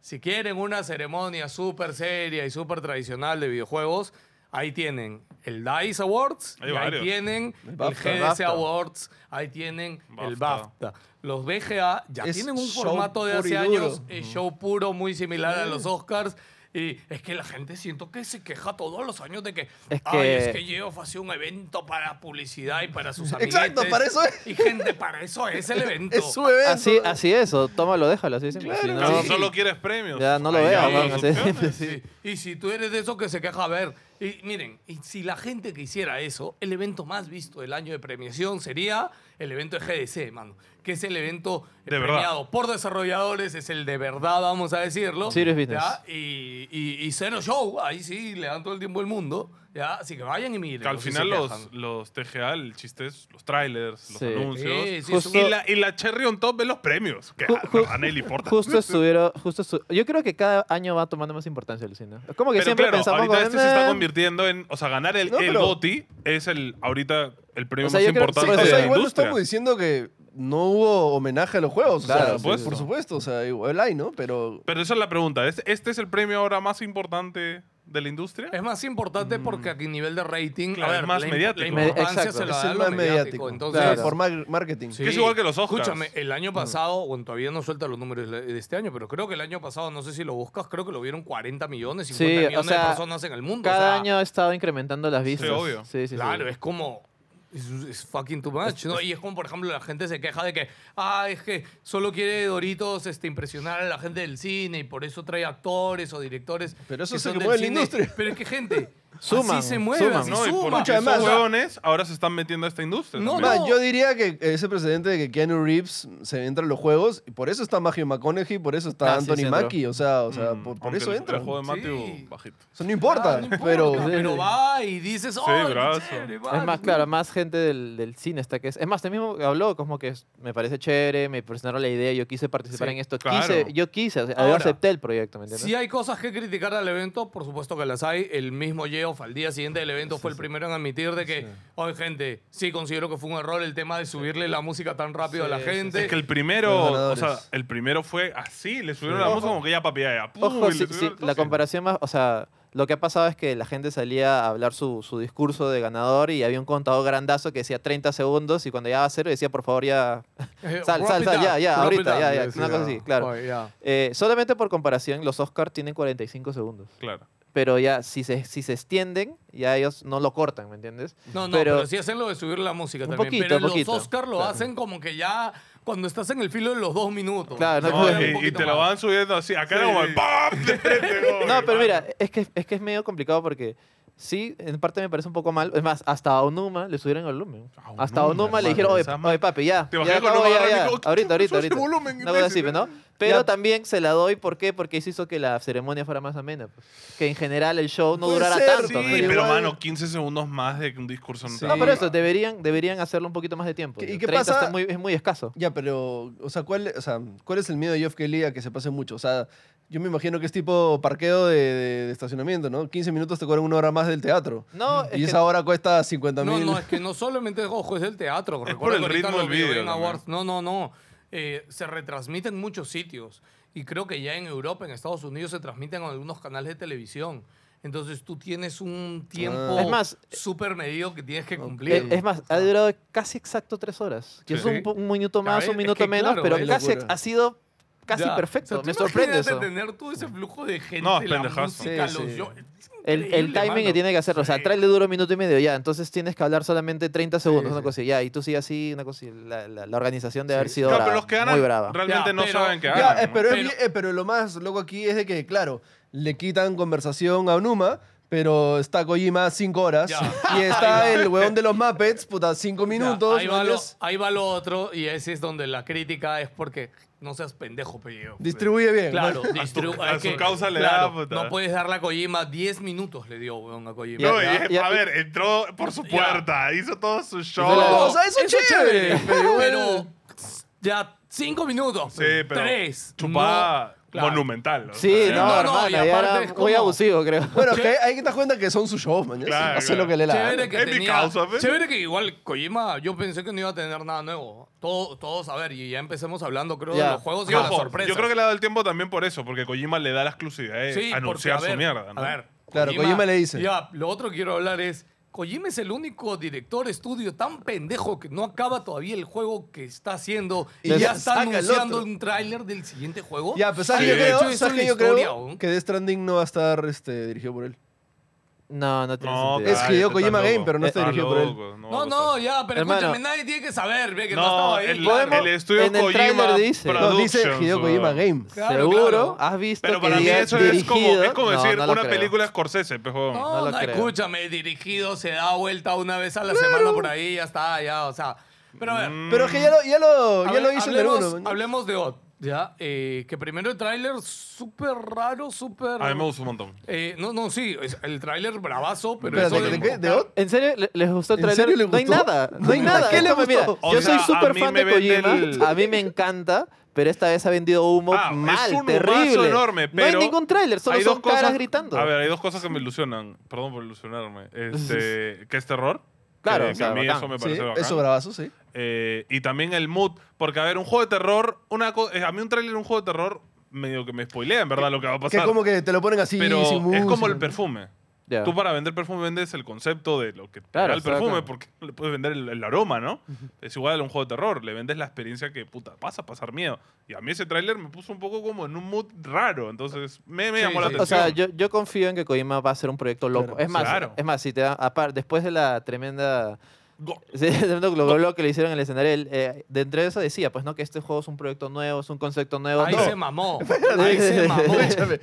si quieren una ceremonia súper seria y súper tradicional de videojuegos, ahí tienen el DICE Awards,
Hay
y ahí
varios.
tienen el,
BAFTA.
GDC
BAFTA.
Awards, ahí tienen el
BAFTA.
BAFTA. Los BGA ya
Es
tienen un
show
formato de
puro y
hace
duro.
años, eh, show puro, muy similar a los Oscars. Y es que la gente siento que se queja todos los años de que,
Es
ay,
que-
es que Geoff hacía un evento para publicidad y para sus amigos.
Exacto, para eso es.
Y gente, para eso es el evento.
Es su evento.
Así, así es, o tómalo, déjalo, así siempre.
Claro,
Pero
no,
si solo quieres premios.
Ya, no lo
ahí
veas,
hay
weón,
dos
así.
opciones.
Sí. Y si tú eres de esos que se queja, a ver, y miren, y si la gente que hiciera eso, el evento más visto del año de premiación sería el evento de GDC, mano, que es el evento eh,
De verdad.
premiado por desarrolladores, es el de verdad, vamos a decirlo.
Serious business.
¿ya? Y, y- y cero show, ahí sí le dan todo el tiempo el mundo, ¿ya? así que vayan y miren.
Que al
si se
final
quejan.
los, los TGA, el chiste es los trailers, los
Sí.
anuncios.
Sí, sí,
Justo-
es un-
Y, la, y la cherry on top es los premios. Que
Ju-
a-
ju-
a Nelly importa.
Justo estuvieron, justo estu- Yo creo que cada año va tomando más importancia, Lucina. Es como que
Pero
siempre
claro,
pensamos
ahorita
como,
este se está
"Nah".
convirtiendo en. O sea, ganar el,
No,
el
pero-
GOTY es el ahorita el premio
O sea,
más
yo creo-
Sí,
importante
o
Parte
de
sea,
la
igual no
industria.
estamos diciendo que no hubo homenaje a los juegos. o
Claro,
sea,
por
supuesto.
Por supuesto, o sea, igual hay, ¿no? Pero
Pero esa es la pregunta. ¿es- ¿Este es el premio ahora más importante de la industria?
Es más importante porque a qué nivel de rating,
Mm. Claro,
a
es
ver,
más
la, im-
mediático.
la
Me-
importancia
exacto.
se la
es
da
el
lo
más
mediático.
mediático.
Entonces,
Claro.
por mar- marketing.
Sí.
Que es igual que los Oscars.
Escúchame, el año pasado, bueno, todavía no suelta los números de de este año, pero creo que el año pasado, no sé si lo buscas, creo que lo vieron 40 millones, 50
Sí, o
millones de
sea,
personas en el mundo. o
Cada
sea,
año ha estado incrementando las vistas.
obvio.
Sí, sí, sí.
Claro, es como. Es, es fucking too much, ¿no? Y es como, por ejemplo, la gente se queja de que, ah, es que solo quiere Doritos este, impresionar a la gente del cine y por eso trae actores o directores.
Pero eso
que
es lo
son
que
del
mueve la
cine.
industria.
Pero es que, gente,
Suman,
así se mueve,
suman,
así
¿no? Y por
suman.
Mucho
esos
además, o sea-
huevones ahora se están metiendo a esta industria.
No,
también.
Más, yo diría que ese precedente de que Keanu Reeves se entra en los juegos, y por eso está Maggie McConaughey, por eso está
Ah, sí,
Anthony
sí entró.
Mackie, o sea, o sea
Mm,
por, por
aunque
eso
el-
entra.
El juego
O
de Matthew,
Sí.
bajito.
sea, no importa,
Ah, no importa,
pero...
pero va y dices, oh, qué
brazo.
chévere, va".
Es más, claro, más gente del, del cine está que es. Es más, el mismo que habló, como que es- me parece chévere, me presentaron la idea, yo quise participar
Sí,
en esto,
claro.
quise, yo quise, o sea, yo
Ahora,
acepté el proyecto, ¿me entiendes?
Si hay cosas que criticar al evento, por supuesto que las hay. El mismo Geoff al día siguiente del evento fue el primero en admitir de que, oye, gente, sí considero que fue un error el tema de subirle la música tan rápido a la
Sí, sí,
gente.
Es que el primero,
Los
o
ganadores.
sea, el primero fue así, le subieron la música como que ya papi, ya, ya. pum, y
Ojo,
le
sí,
subieron
sí,
el
la
toque.
comparación más, o sea, lo que ha pasado es que la gente salía a hablar su, su discurso de ganador y había un contador grandazo que decía 30 segundos y cuando ya a cero decía, por favor, ya...
Eh,
sal,
wrap
sal,
it
sal,
up,
ya, ya,
wrap
ahorita,
it up,
ya, ya,
decía.
una cosa así, claro.
Oye, ya.
Eh, solamente por comparación, los Oscars tienen 45 segundos.
Claro.
pero ya si se, si se extienden, ya ellos no lo cortan, ¿me entiendes?
No, no, pero, sí hacen lo de subir la música
Un
también.
poquito,
pero
un poquito.
los Oscar lo
Claro.
hacen como que ya cuando estás en el filo de los dos minutos.
Claro,
No,
Exacto.
y, y te lo van subiendo así. Acá era
Sí.
como el ¡pam! de frente, como
No,
que,
pero
mano.
mira, es que, es que es medio complicado porque sí, en parte me parece un poco mal. Es más, hasta a Onuma le subieron el volumen.
A
Hasta a
Onuma,
Onuma
hermano,
le dijeron, oye,
esa
oye,
madre".
papi, ya.
Te
ya
imaginas cuando
acabo, ya,
agarra el
ya.
micro,
Ahorita, ahorita,
"Sube el
ahorita.
volumen",
Una cosa así, pues,
imbécil.
¿no? Pero
Ya.
también se la doy, ¿por qué? Porque eso hizo que la ceremonia fuera más amena. pues. Que en general el show no
Puede
durara
ser,
tanto.
Sí,
¿no?
pero,
pero igual-
mano, 15 segundos más de que un discurso
Sí.
No,
te-
pero eso, deberían, deberían hacerlo un poquito más de tiempo.
¿Qué- y
Yo,
qué
30
pasa?
está muy- es muy escaso.
Ya, pero, o sea, ¿cuál, o sea, ¿cuál es el miedo de Jeff Kelly a que se pase mucho? O sea, yo me imagino que es tipo parqueo de, de- de estacionamiento, ¿no? 15 minutos te cobran una hora más del teatro.
No, es
y
que-
esa hora cuesta 50
No,
mil.
no, es que no solamente, ojo, es el teatro.
Es por
Recuerda
el
que ahorita
ritmo
los
del video
Video Game
también.
Awards- No, no, no. Eh, se retransmite en muchos sitios. Y creo que ya en Europa, en Estados Unidos, se transmiten en algunos canales de televisión. Entonces tú tienes un tiempo
Ah. Es más,
súper medido que tienes que
Ok.
cumplir.
Eh, Es más, ha durado casi exacto tres horas. Que
Sí.
es un, po- un minuto más,
Claro,
un
es
minuto
que
menos,
claro,
pero
es
casi
locura.
ha sido casi
Ya.
perfecto.
O sea, tú
Me sorprende
imagínate
eso.
tener todo ese flujo de gente,
No, es
la
pendejazo.
música,
Sí,
los
sí.
yo- es
El, el
increíble,
timing que
mano.
tiene que hacer, o sea,
Sí.
trae le dura un minuto y medio ya, entonces tienes que hablar solamente 30 segundos,
Sí,
una
sí.
cosa así, ya, y tú sí así, una cosa así, la, la- la organización de haber sido
Claro,
brava,
pero los que ganan
muy brava.
realmente
Ya,
no
pero-
saben qué
Ya,
Ya,
hagan.
eh,
¿no?
pero, es
Pero-
bien- eh, pero lo más loco aquí es de que, claro, le quitan conversación a Onuma, pero está Kojima 5 horas.
Ya.
Y está
Ahí va.
el huevón de los Muppets, puta, 5
Ya,
minutos.
ahí,
¿no
va lo,
entiendes?
ahí va lo otro, y ese es donde la crítica es porque no seas pendejo, pellejo.
Distribuye bien.
Claro,
¿no?
distribu-
a
hay
su
que-
causa le
claro,
da, puta.
No puedes darle a Kojima 10 minutos, le dio weón, a Kojima.
No,
Ya,
y-
ya,
a
y-
ver, entró por su
Ya.
puerta, hizo todo su
Hizo la-
show.
o sea, eso es chévere.
Pero,
pero-
ya 5 minutos.
Sí, pero
Tres.
chupada
no, claro.
monumental. o
Sí,
sea,
no,
no, no,
hermano,
y
ya
aparte
era
es
muy
como-
abusivo, creo.
Bueno, que hay que dar cuenta que son sus shows, man.
Claro,
Hace
claro.
lo que le la
Chévere que,
Es mi
tenía-
causa, pe.
chévere que igual Kojima, yo pensé que no iba a tener nada nuevo. Todo- todos, a ver, y ya empecemos hablando, creo,
Ya.
de los juegos y
Y
de
ojo,
las sorpresas.
yo creo que le ha dado el tiempo también por eso, porque Kojima le da la exclusividad de
Sí,
Eh, anunciar
porque, a
su
ver,
mierda. ¿no?
A ver.
Claro, Kojima le dice.
Ya, lo otro que quiero hablar es. Kojima es el único director estudio tan pendejo que no acaba todavía el juego que está haciendo y
Y
ya,
ya
está
saca el
anunciando
otro.
un tráiler del siguiente juego.
Ya, pues ¿sabes
Sí,
que yo
de
creo,
hecho, eso
¿sabes
es
que,
la
yo creo
historia, weón.
que Death Stranding no va a estar este, dirigido por él.
No, no tiene
No,
sentido.
Es que yo
cállate,
Kojima
estás
Game,
loco.
pero no está
Estás
dirigido por él.
loco,
No,
va a
no,
pasar.
ya, pero
Hermano.
escúchame, nadie tiene que saber, ve que no,
No,
estaba ahí.
el,
claro.
el estudio
en el
Kojima
tráiler dice- No,
No, dice
Productions,
Hideo Kojima
weón.
Game.
Claro,
Seguro
claro.
has visto
Pero
que
para mí
diga
eso es como,
dirigido.
es como
No,
decir
no lo
una
creo.
película pues, Scorsese, pejón.
No,
No lo
no,
creo.
escúchame, dirigido, se da vuelta una vez a la semana por ahí, ya está, ya, o sea. Pero a ver,
Mm.
Pero es que ya lo, ya lo, ya
Hable-
lo hizo en el
hablemos,
uno, man.
hablemos de Odd, ¿ya? Eh, que primero el tráiler súper raro, súper...
A mí me gusta un montón.
Eh, no, no, sí, es- el tráiler bravazo, pero...
Espérate,
eso
¿de
enfocar-
qué? ¿De Odd?
¿En serio le- les gustó el
¿En
trailer?
serio les
No hay
gustó?
nada, no hay nada.
¿Qué les
Esto me- mira,
gustó?
O
yo
sea,
soy
a
súper
mí
fan
me
de
venden
Kojima,
el-
a mí me encanta, pero esta vez ha vendido humo
Ah, es
mal,
un humazo
terrible.
enorme,
no hay
pero
ningún tráiler, solo
Hay dos
son caras
cosas-
gritando.
A ver, hay dos cosas que me ilusionan. Perdón por ilusionarme. Este, que es terror.
Claro,
que,
o sea,
que a mí
bacán.
eso me
Sí,
parece bacán.
eso bravazo, sí.
Eh, y también el mood. Porque, a ver, un juego de terror, una co- eh, a mí un tráiler de un juego de terror medio que me spoilea, en verdad, lo que va a
Que
pasar.
es como que te lo ponen así,
pero
sin
es como
música,
el
¿no?
perfume.
Ya.
Tú para vender perfume vendes el concepto de lo que te
Claro,
da el
está
perfume,
claro.
porque no le puedes vender el, el aroma, ¿no? Es igual a un juego de terror, le vendes la experiencia que, puta, vas a pasar miedo. Y a mí ese tráiler me puso un poco como en un mood raro, entonces me, me
Sí,
llamó la
sí.
atención.
O sea, yo, yo confío en que Kojima va a ser un proyecto loco.
Claro.
es más,
Claro.
es más, si te da, apar- después de la tremenda
Go-
sí, el tremendo globo que le hicieron en el escenario, él, eh, de entre eso decía, pues no que este juego es un proyecto nuevo, es un concepto nuevo.
Ahí
No,
se mamó, ahí se mamó.
O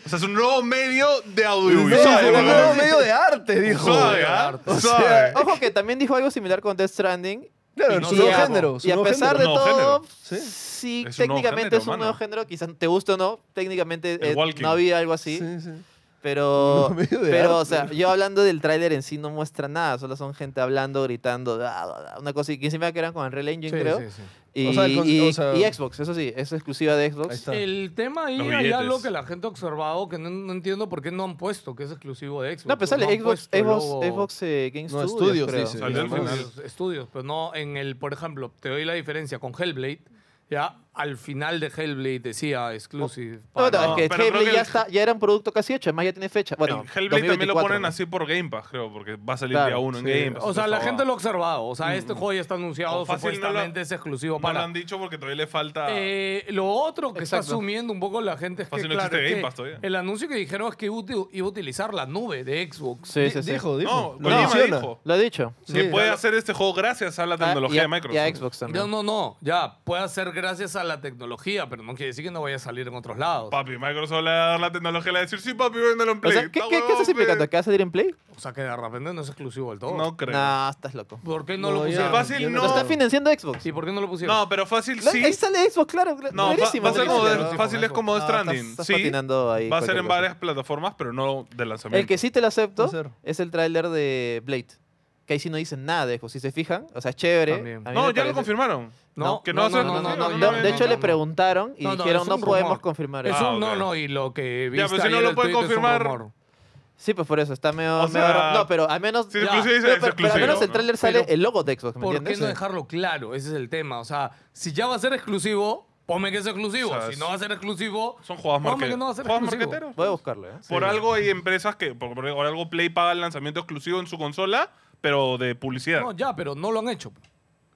sea, es un nuevo medio de
No,
audiovisual.
es un
weón.
nuevo medio de arte, dijo.
Suave, ¿ah?
harto.
Suave.
Ojo que también dijo algo similar con Death Stranding.
Claro,
Y
su
no
nuevo
a-
digamos,
género. su
y a
nuevo
pesar
género.
de
Un nuevo
todo,
género. Sí.
sí,
Es un nuevo
técnicamente
género,
es un nuevo
mano.
género, quizás te guste o no, técnicamente
El
eh,
walking.
no había algo así,
Sí, sí.
pero,
Un medio de
pero o
arte.
sea, yo hablando del tráiler en sí no muestra nada, solo son gente hablando, gritando, da, da, da, una cosa, y que encima que eran con Unreal Engine, creo, Y,
O sea, el con-
y-
o sea-
y Xbox, eso sí, es exclusiva de
Ahí
Xbox.
está.
El tema ahí
Los
hay
billetes.
algo que la gente ha observado que no, no entiendo por qué no han puesto, que es exclusivo de Xbox.
No, pero
o
sale
Pues han
Xbox,
puesto el
Xbox,
logo.
Xbox eh,
No,
Game Studios,
Studios,
creo.
dice.
Salió al
Digamos.
final.
estudios, estudios, pero no en el, por ejemplo, te doy la diferencia con Hellblade, ya al final de Hellblade decía exclusive.
No,
para-
no, es que
Ah, pero creo
Hellblade
que
ya,
el-
está, ya era un producto casi hecho, además ya tiene fecha.
el
Bueno,
Hellblade también lo
2024,
ponen
¿no?
así por Game Pass, creo, porque va a salir
Claro,
día uno en
sí.
Game Pass.
O sea, la
entonces,
gente
ah,
lo ha observado. O sea, este juego ya está anunciado,
O fácil,
supuestamente
no lo-
es exclusivo
no
para.
lo han dicho porque todavía le falta.
Eh, lo otro que está
Exacto.
asumiendo un poco la gente es que,
Fácil no
claro,
existe
es
Game
que
Pass todavía.
el anuncio que dijeron es que iba a uti- iba a utilizar la nube de Xbox.
Sí, sí, sí.
Dijo,
no,
dijo. lo
Kojima
menciona.
dijo.
Lo ha dicho.
Se
Sí.
puede hacer este juego gracias a la
Ah, y
tecnología
a-
de Microsoft.
Y a Xbox también.
No, no, no. Ya, puede ser gracias a la tecnología, pero no quiere decir que no vaya a salir en otros lados.
Papi, Microsoft le va a dar la tecnología y le va a decir, sí, papi, véndelo en
O
Play.
sea, ¿qué,
Está
qué, qué
huevón,
estás implicando?
Play.
¿Que va a salir en Play?
O sea, que de repente no es exclusivo del todo.
No creo.
No, estás loco.
¿Por qué no, lo
No, ya.
pusieron?
Fácil,
Yo
no.
Lo está financiando Xbox.
¿Y por qué no lo pusieron?
No, pero fácil
La-
sí.
Ahí sale Xbox, claro. cl-
No, va,
claro.
va a ser como
buenísimo,
de-
buenísimo.
fácil es como
Ah,
Death
estás-
Stranding.
estás
Sí,
patinando ahí
va a ser en
cualquier cosa.
varias plataformas, pero no de lanzamiento.
El que sí te lo acepto
Va a ser.
es el tráiler de Blade. Que ahí sí no dicen nada de Xbox. Si se fijan, o sea, es chévere.
También.
a
No,
mí me
ya lo
parece-
confirmaron.
no,
que no va a ser exclusivo,
No,
no, no,
de hecho,
no,
le
no.
preguntaron y
No, no,
dijeron
es
no
un
podemos
rumor".
confirmar
Es
eso.
Ah,
un-
ok.
No, no, y lo que viste
Ya, pero si no
ayer
lo
el
pueden
tuit es un
confirmar,
rumor.
Sí, pues por eso está medio.
O
medio
sea,
raro. no, pero al menos.
Sí,
ya,
inclusive dice
pero,
es
pero- pero al
exclusivo,
menos el
¿no?
tráiler sale
Pero,
el logo de Xbox, ¿me
¿Por qué
entiendes?
no dejarlo claro? Ese es el tema. O sea, si ya va a ser exclusivo, ponme que es exclusivo.
O sea,
si no va a ser exclusivo,
Son juegos
ponme
marqueteros.
que no va a ser
juegos
exclusivo.
marqueteros.
Voy a buscarlo, ¿eh?
Por algo hay empresas que, por, por- por algo Play paga el lanzamiento exclusivo en su consola, pero de publicidad.
No, ya, pero no lo han hecho.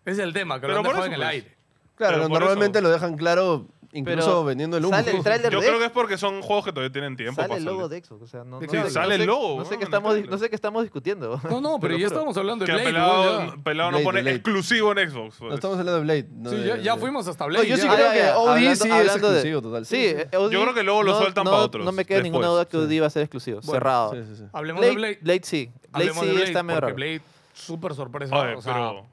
Ese es el tema, que
Pero
lo han
por
dejado
eso,
en el
pues.
aire.
Claro,
Pero por
normalmente
eso-
lo dejan claro incluso
Pero
vendiendo el humo.
sale el tráiler
Yo
de
creo que es porque son juegos que todavía tienen tiempo.
Sale
para
el logo
salir.
de Xbox. O sea, no,
Sí,
no- no
sale el
sé-
logo,
No sé,
weón,
qué estamos, di-
literal.
no sé qué estamos discutiendo.
No, no, pero
Te lo
ya
juro.
estamos hablando de
Que
Blade.
pelado,
weón, ya.
pelado no
Blade,
pone
Blade.
exclusivo en Xbox. pues.
No estamos hablando de Blade. no
Sí,
de-
ya, ya
de-
fuimos hasta
No,
Blade.
yo sí
ya.
creo
Ah,
que
ya,
OD
hablando-
sí es
hablando de-
exclusivo, total.
Sí,
Sí, sí.
eh, OD
Yo creo que luego lo sueltan
no,
para otros,
No me queda ninguna
después.
duda que OD va a ser exclusivo,
Bueno,
cerrado.
Sí, sí, sí.
Hablemos
Blade,
de Blade.
Blade sí. Blade
Hablemos
sí
de Blade,
está medio
porque
raro.
Blade, súper sorpresa.
Oye,
o sea,
pero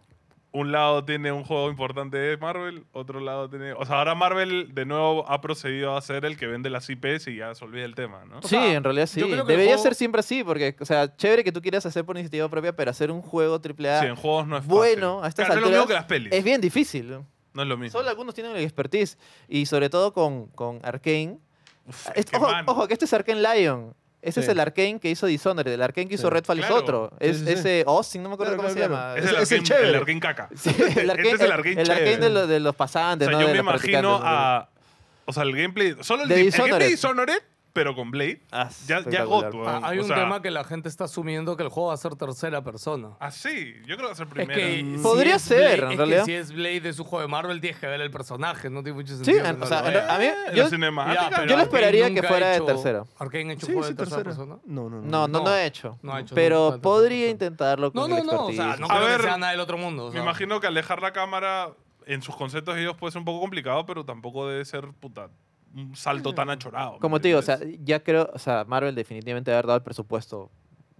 un lado tiene un juego importante de Marvel, otro lado tiene... O sea, ahora Marvel de nuevo ha procedido a ser el que vende las IPs y ya se olvida el tema, ¿no?
O
Sí,
sea,
en realidad sí.
yo creo que el
Debería
juego-
ser siempre así, porque, o sea, chévere que tú quieras hacer por iniciativa propia, pero hacer un juego AAA
Sí, en juegos no es fácil.
bueno a estas
Claro, no es lo
alturas
mismo que las pelis.
es bien difícil.
No es lo mismo.
Solo algunos tienen el expertise. Y sobre todo con, con Arkane.
Uf,
Es-
qué
ojo,
man.
ojo, que este es Arkane Lion. Ese
Sí.
es el Arkane que hizo Dishonored. El Arkane que hizo
Sí.
Redfall
Claro.
es otro. Es,
Sí, sí, sí.
Ese Austin, no me acuerdo
Claro,
cómo
claro,
se
claro.
llama.
Es el,
Ese es
Arkane-
chévere.
el Arkane caca.
Sí, el Arkane,
Este es el Arkane chévere.
de, lo- de los
O
pasantes,
sea,
¿no?
yo
De
me
los practicantes,
imagino
¿no?
a... O sea, el gameplay... Solo el,
De
di- el gameplay de
Dishonored.
Dishonored, pero con Blade.
Ah,
Ya, ya
espectacular.
got, weón.
ah, hay
O
un
sea,
tema que la gente está asumiendo que el juego va a ser tercera persona.
Ah, sí. Yo creo que va a ser
Es
primero.
que si
Podría
es Blade-
ser, en
es que
realidad.
si es Blade de su juego de Marvel, tienes que ver el personaje. No tiene mucho
Sí,
sentido. que
en-
no
o sea,
lo
en-
veas.
a mí.
Eh,
Yo,
la cinemática.
Ya, pero
yo lo
Arkane
esperaría que
nunca
fuera
ha
de
hecho-
tercera.
¿Arkane ha hecho
Sí,
juego
sí,
de tercera
tercera.
persona?
No, no,
no, no, no,
no,
he hecho.
no ha hecho
pero
nunca.
podría intentarlo
No,
con
no,
el
no. O sea,
expertise.
no
A
creo
ver,
que sea nada del otro mundo. o
Me
sea.
imagino que alejar la cámara en sus conceptos ellos puede ser un poco complicado, pero tampoco debe ser puta, un salto tan achorado. ¿me
Como te digo, o sea,
entiendes?
ya creo, o sea, Marvel definitivamente haber dado el presupuesto,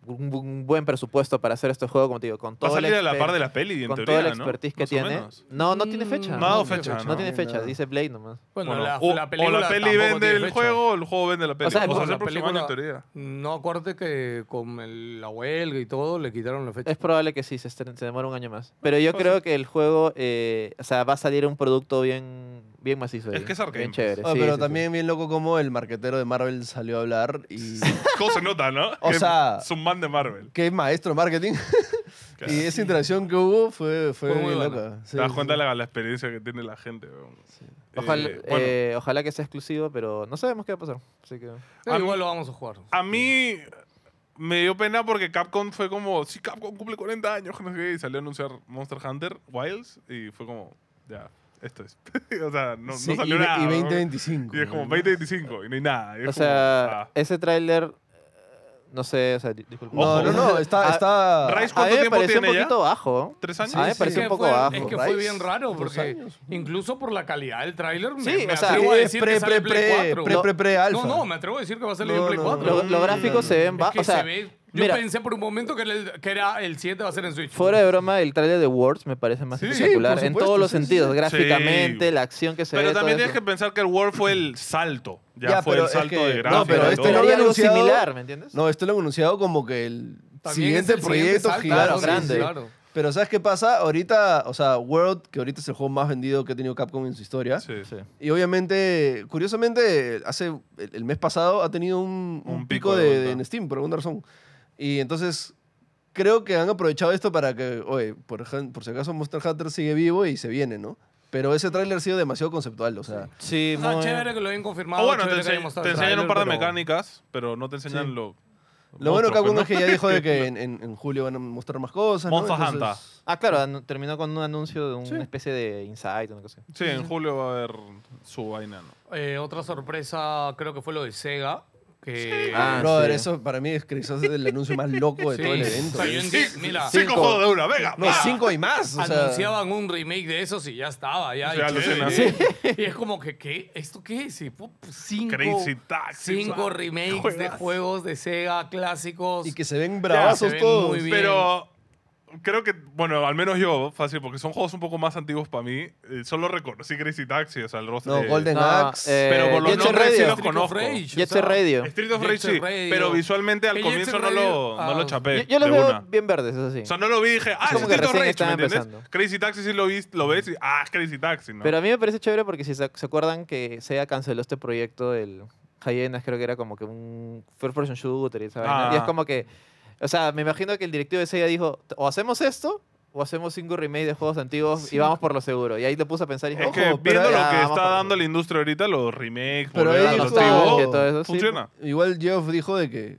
un, bu- un buen presupuesto para hacer este juego, como te digo, con
Va a
todo el
salir a la
exper-
par de la peli, en
con
teoría,
todo el
¿no?
expertise que
Más o
tiene.
menos.
No, no tiene
Mm,
fecha.
No ha dado
tiene
fecha,
No
¿no?
tiene fecha,
Nada.
dice Blade nomás.
Bueno,
Bueno,
la,
o,
la
o
película
peli
tampoco
vende
tiene
el
fecha.
juego o el juego vende la peli.
sea,
O sea,
por
es
la
el próximo año, en teoría.
No, acuérdate que con el- la huelga y todo le quitaron la fecha.
Es probable que sí, se, estren- se demora un año más. Pero yo
Pues
creo que el juego, eh, o sea, va a salir un producto bien, bien macizo.
Es
ahí,
que es Arkane,
Bien
pues.
chévere.
Ah,
sí,
pero
sí, sí.
también bien loco como el marquetero de Marvel salió a hablar y
Todo se nota, ¿no?
O
Que
sea-
Es un man de Marvel.
qué maestro de marketing.
Claro.
y esa interacción que hubo fue, fue,
Fue muy
bien
buena.
loca.
Te das cuenta de la, la experiencia que tiene la gente. weón. Eh,
Ojalá,
bueno,
eh, ojalá que sea exclusivo, pero no sabemos qué va a pasar. Así que...
a
Sí,
mí-
Eh, igual lo vamos a jugar.
A mí me dio pena porque Capcom fue como, sí, Capcom cumple 40 años, que no sé qué, y salió a anunciar Monster Hunter Wilds y fue como, ya, esto es. o sea, no, no
Sí,
salió
y, ve-
nada.
y
¿no?
2025.
Y es como 2025 y no hay nada. y es
O
como,
sea,
ah.
ese tráiler, eh, no sé, o sea, di- disculpa. Ah,
No, no, no,
A-
Ah,
está está
Rice,
a mí
¿cuánto
me
tiempo
pareció un
tiene ya?
poquito bajo.
¿Tres años?
A mí me
Sí,
pareció
sí.
un poco
fue,
bajo.
Es que
Rice,
fue bien raro
dos
porque
años.
incluso por la calidad del tráiler me,
Sí,
me
o sea,
atrevo a
es
decir que
pre,
sale en
pre,
Play
pre,
4.
pre, pre, pre, alfa.
No, no, me atrevo a decir que va a salir
No,
en Play
no,
4.
Lo-
Mm,
los gráficos se ven
Es
bajos.
que
O sea,
se ve- yo
mira,
pensé por un momento que era el, que era el 7 va a ser en Switch.
fuera de broma, el tráiler de Words me parece más
Sí,
espectacular
por
en
supuesto,
todos los
sí, sí,
sentidos.
sí.
Gráficamente,
Sí.
la acción que se
pero
ve. todo
también tienes
eso.
que pensar que el World fue el salto. Ya,
Ya,
fue
pero
el
es
salto
que-
de
no,
gráfico. de
pero este
todo.
no-
Esperaría
había
algo
anunciado-
similar, ¿me entiendes?
No, esto lo han anunciado como que el
También es
siguiente
el
proyecto
salto,
gigante.
claro,
sí,
grande.
sí.
claro.
Pero ¿sabes qué pasa? Ahorita, o sea, World, que ahorita es el juego más vendido que ha tenido Capcom en su historia.
Sí, sí.
Y obviamente, curiosamente, hace el, el mes pasado ha tenido un, un
Un pico
pico,
de
de,
vuelta.
de- en Steam, por alguna razón. Y entonces, creo que han aprovechado esto para que, oye, por, ejem- por si acaso Monster Hunter sigue vivo y se viene, ¿no? Pero ese tráiler ha sido demasiado conceptual, o sea.
Sí,
O sea,
muy-
Ah, chévere que lo hayan confirmado.
O Ah, bueno, te,
chévere que
ense-
hayan mostrado
te
el
enseñan un
tráiler,
par de
pero-
mecánicas, pero no te enseñan
Sí.
lo.
Lo bueno que
monstruos,
Acuno
pues,
es que ya dijo de que en, en- en julio van a mostrar más cosas. ¿no?
Monster
Entonces,
Hunter.
Ah, claro, anu- terminó con un anuncio de una
Sí.
especie de insight, una cosa así.
Sí, en julio va a haber su vaina, ¿no?
Eh, otra sorpresa creo que fue lo de Sega. Que...
Ah,
Brother,
sí.
eso para mí es quizás el anuncio más loco de
Sí.
todo el
O
evento.
sea, yo enti- Mira,
Cinco
Cinco.
juegos de una, venga.
No,
va.
cinco y más. O sea,
anunciaban un remake de esos y ya estaba. Ya,
O sea,
y
alucina.
chévere. Y es como que, ¿qué? ¿Esto qué es? Y, pu- Cinco,
Crazy Taxi.
cinco
¿sabes?
remakes de
Juegas.
juegos de Sega clásicos.
Y que se ven
se
bravazos
ven
todos.
muy bien.
Pero creo que, bueno, al menos yo, fácil, porque son juegos un poco más antiguos para mí. eh, solo reconocí Crazy Taxi, o sea, el roster.
No,
de-
Golden
No,
Axe.
eh,
Pero por los
Jet Set
nombres sí
Radio.
los
Street of
conozco.
Rage, o
Jet
sea,
Set Radio.
Street of
Jet
Rage,
Set
sí,
Radio.
pero visualmente al
Que Jet
comienzo
Set
no lo,
Radio-
no lo
ah.
Yo,
chapé.
yo los
Este, de
veo
una.
bien verdes, eso sí.
O sea, no lo vi y dije, ah,
Es
es
como que
Street of
recién
Rage,
estaba
¿me entiendes?
empezando.
Crazy Taxi sí lo vi, lo ves y, ah, es Crazy Taxi, ¿no?
Pero a mí me parece chévere porque si se, se acuerdan que Sega canceló este proyecto del Hyenas, creo que era como que un first person shooter y esa vaina. Y es
Ah.
como que, o sea, me imagino que el directivo de Sega dijo, o hacemos esto, o hacemos cinco remakes de juegos antiguos y vamos por lo seguro. Y ahí te puse a pensar y dije,
es que
Ojo, pero
viendo lo
ya,
que
vamos
está
por-
dando la industria ahorita, los remakes,
Pero
volver a
ahí
lo
dijo-
antiguo,
todo
eso, sí.
funciona.
Igual Geoff dijo de que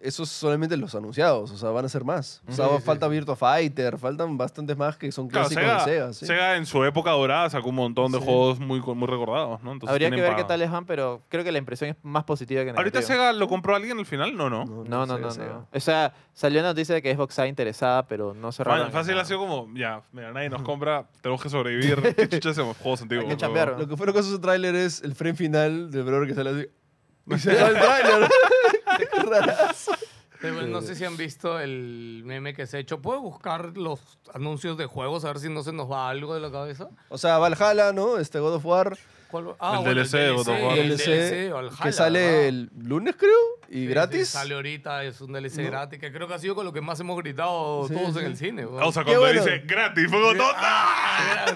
esos solamente los anunciados, o sea, van a ser más. O sea,
Sí,
va-
sí,
falta
sí.
Virtua Fighter, faltan bastantes más que son
Claro,
clásicos
Sega,
de Sega. sí.
Sega en su época dorada sacó un montón de
Sí.
juegos muy, muy recordados, ¿no? Entonces
Habría que
tienen
ver
pa-
qué tal les van, pero creo que la impresión es más positiva que negativa.
¿Ahorita Sega lo compró alguien al final? No, no.
No, no,
Sega,
no,
Sega.
no. O sea, salió la noticia de que Xbox está interesada, pero no cerraron.
Bueno,
ni
fácil
nada.
ha sido como, ya, mira, nadie nos compra, tenemos que sobrevivir. ¿Qué chucha hacemos? Juegos antiguos.
Hay que
¿no?
chambear.
Lo que fue loco de ese tráiler es el frame final del brother que sale así. Y se va el tráiler. Qué rarazo.
Pero
Eh,
no sé si han visto el meme que se ha hecho. ¿Puedo buscar los anuncios de juegos a ver si no se nos va algo de la cabeza?
o sea, Valhalla, ¿no? Este God of War.
¿Cuál-
El
Ah, bueno,
DLC de God of War.
el
el
DLC,
DLC, Valhalla,
que sale
¿verdad?
el lunes, creo, y
Sí,
gratis.
sí, sale ahorita, es un DLC gratis, que creo que ha sido con lo que más hemos gritado
Sí,
todos en
sí.
el cine. weón.
Ah, O sea,
Qué
cuando
bueno.
dice gratis, fue como, "No, ¡ah!".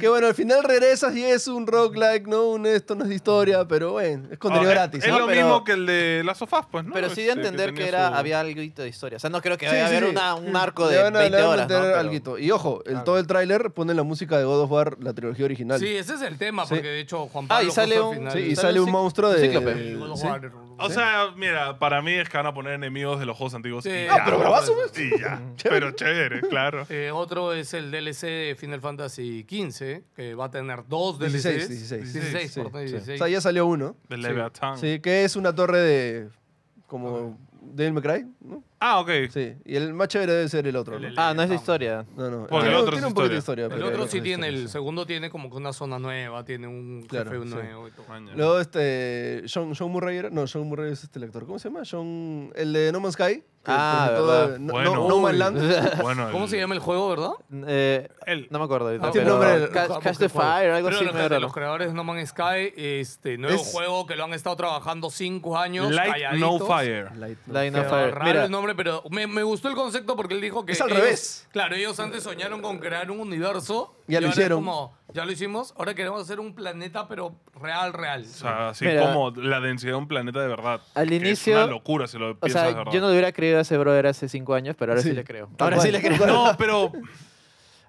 Que bueno, al final regresas y es un roguelike, ¿no? Un esto no es de historia, pero bueno, es contenido
Ah, es-
gratis.
Es
¿no?
lo
Pero-
mismo que el de Las Sofás, pues, ¿no?
Pero sí
Este,
de entender que,
tenía
era,
su-
había algo de historia. O sea, no creo que
Sí,
vaya a
sí,
haber
sí.
una- un arco
Le
de
van a-
20
le van a
horas, ¿no?
meter
Pero-
alguito. Y ojo, el, todo el tráiler pone la música de God of War, la trilogía original.
Sí, ese es el tema,
Sí.
porque de hecho Juan
Ah,
Pablo
y sale
justo al
un...
final-
Sí, y sale un
cic-
monstruo de-
cíclope.
de-
God of
sí.
War.
O sea, mira, para mí es que van a poner enemigos de los juegos antiguos.
Sí.
y
Ah,
ya. pues,
pero bravazo,
Y ya. Pero chévere, claro.
Eh, otro es el DLC de Final Fantasy XV, que va a tener dos
16,
DLCs.
16.
16,
Sí,
perdón,
sí.
16.
O sea, ya salió uno.
De Leviathan.
Sí, que es una torre de. como. Devil May Cry, ¿no?
Ah, ok.
Sí. Y el más chévere debe ser el otro, ¿no?
El-
Ah, no es de historia.
No, no.
Porque el
tiene-
otro
tiene
es
un poquito de
historia.
historia.
El
pero-
otro sí
es
tiene,
historia,
el
sí.
segundo tiene como que una zona nueva, tiene un
Claro,
jefe
sí.
nuevo y todo.
Maña.
Luego, este. John, John Murray era. No, John Murray es este el actor. ¿Cómo se llama? John. El de No Man's Sky. que
Ah,
presentó a-
verdad.
No,
Bueno.
no, no Man's Land.
Bueno,
¿Cómo
el-
se llama el juego, verdad?
Ah,
Eh,
El-
no me acuerdo ahorita.
Ah,
tiene
pero
nombre-
Ca-
Busca-
Catch
busca
the
el juego.
Fire, algo
Pero
así.
los,
medio
de
raro.
los creadores de No Man's Sky, este nuevo
Es-
juego que lo han estado trabajando cinco años.
Light No
calladitos.
Fire.
Light, no.
Line of
Pero
Fire.
Raro el
Mira,
nombre, pero me, me gustó el concepto porque él dijo que.
Es al
ellos-
revés.
Claro, ellos antes soñaron con crear un universo.
Ya lo
ahora es
hicieron.
como, ya lo hicimos, ahora queremos hacer un planeta, pero real, real.
O sea, así
Mira.
como la densidad de un planeta de verdad.
Al
que es
inicio-
una locura si lo
o
piensas de
sea,
verdad.
yo no le hubiera creído a ese brother hace 5 años, pero ahora sí,
Sí.
le creo.
Tal
Ahora sí
cual.
le creo.
No, pero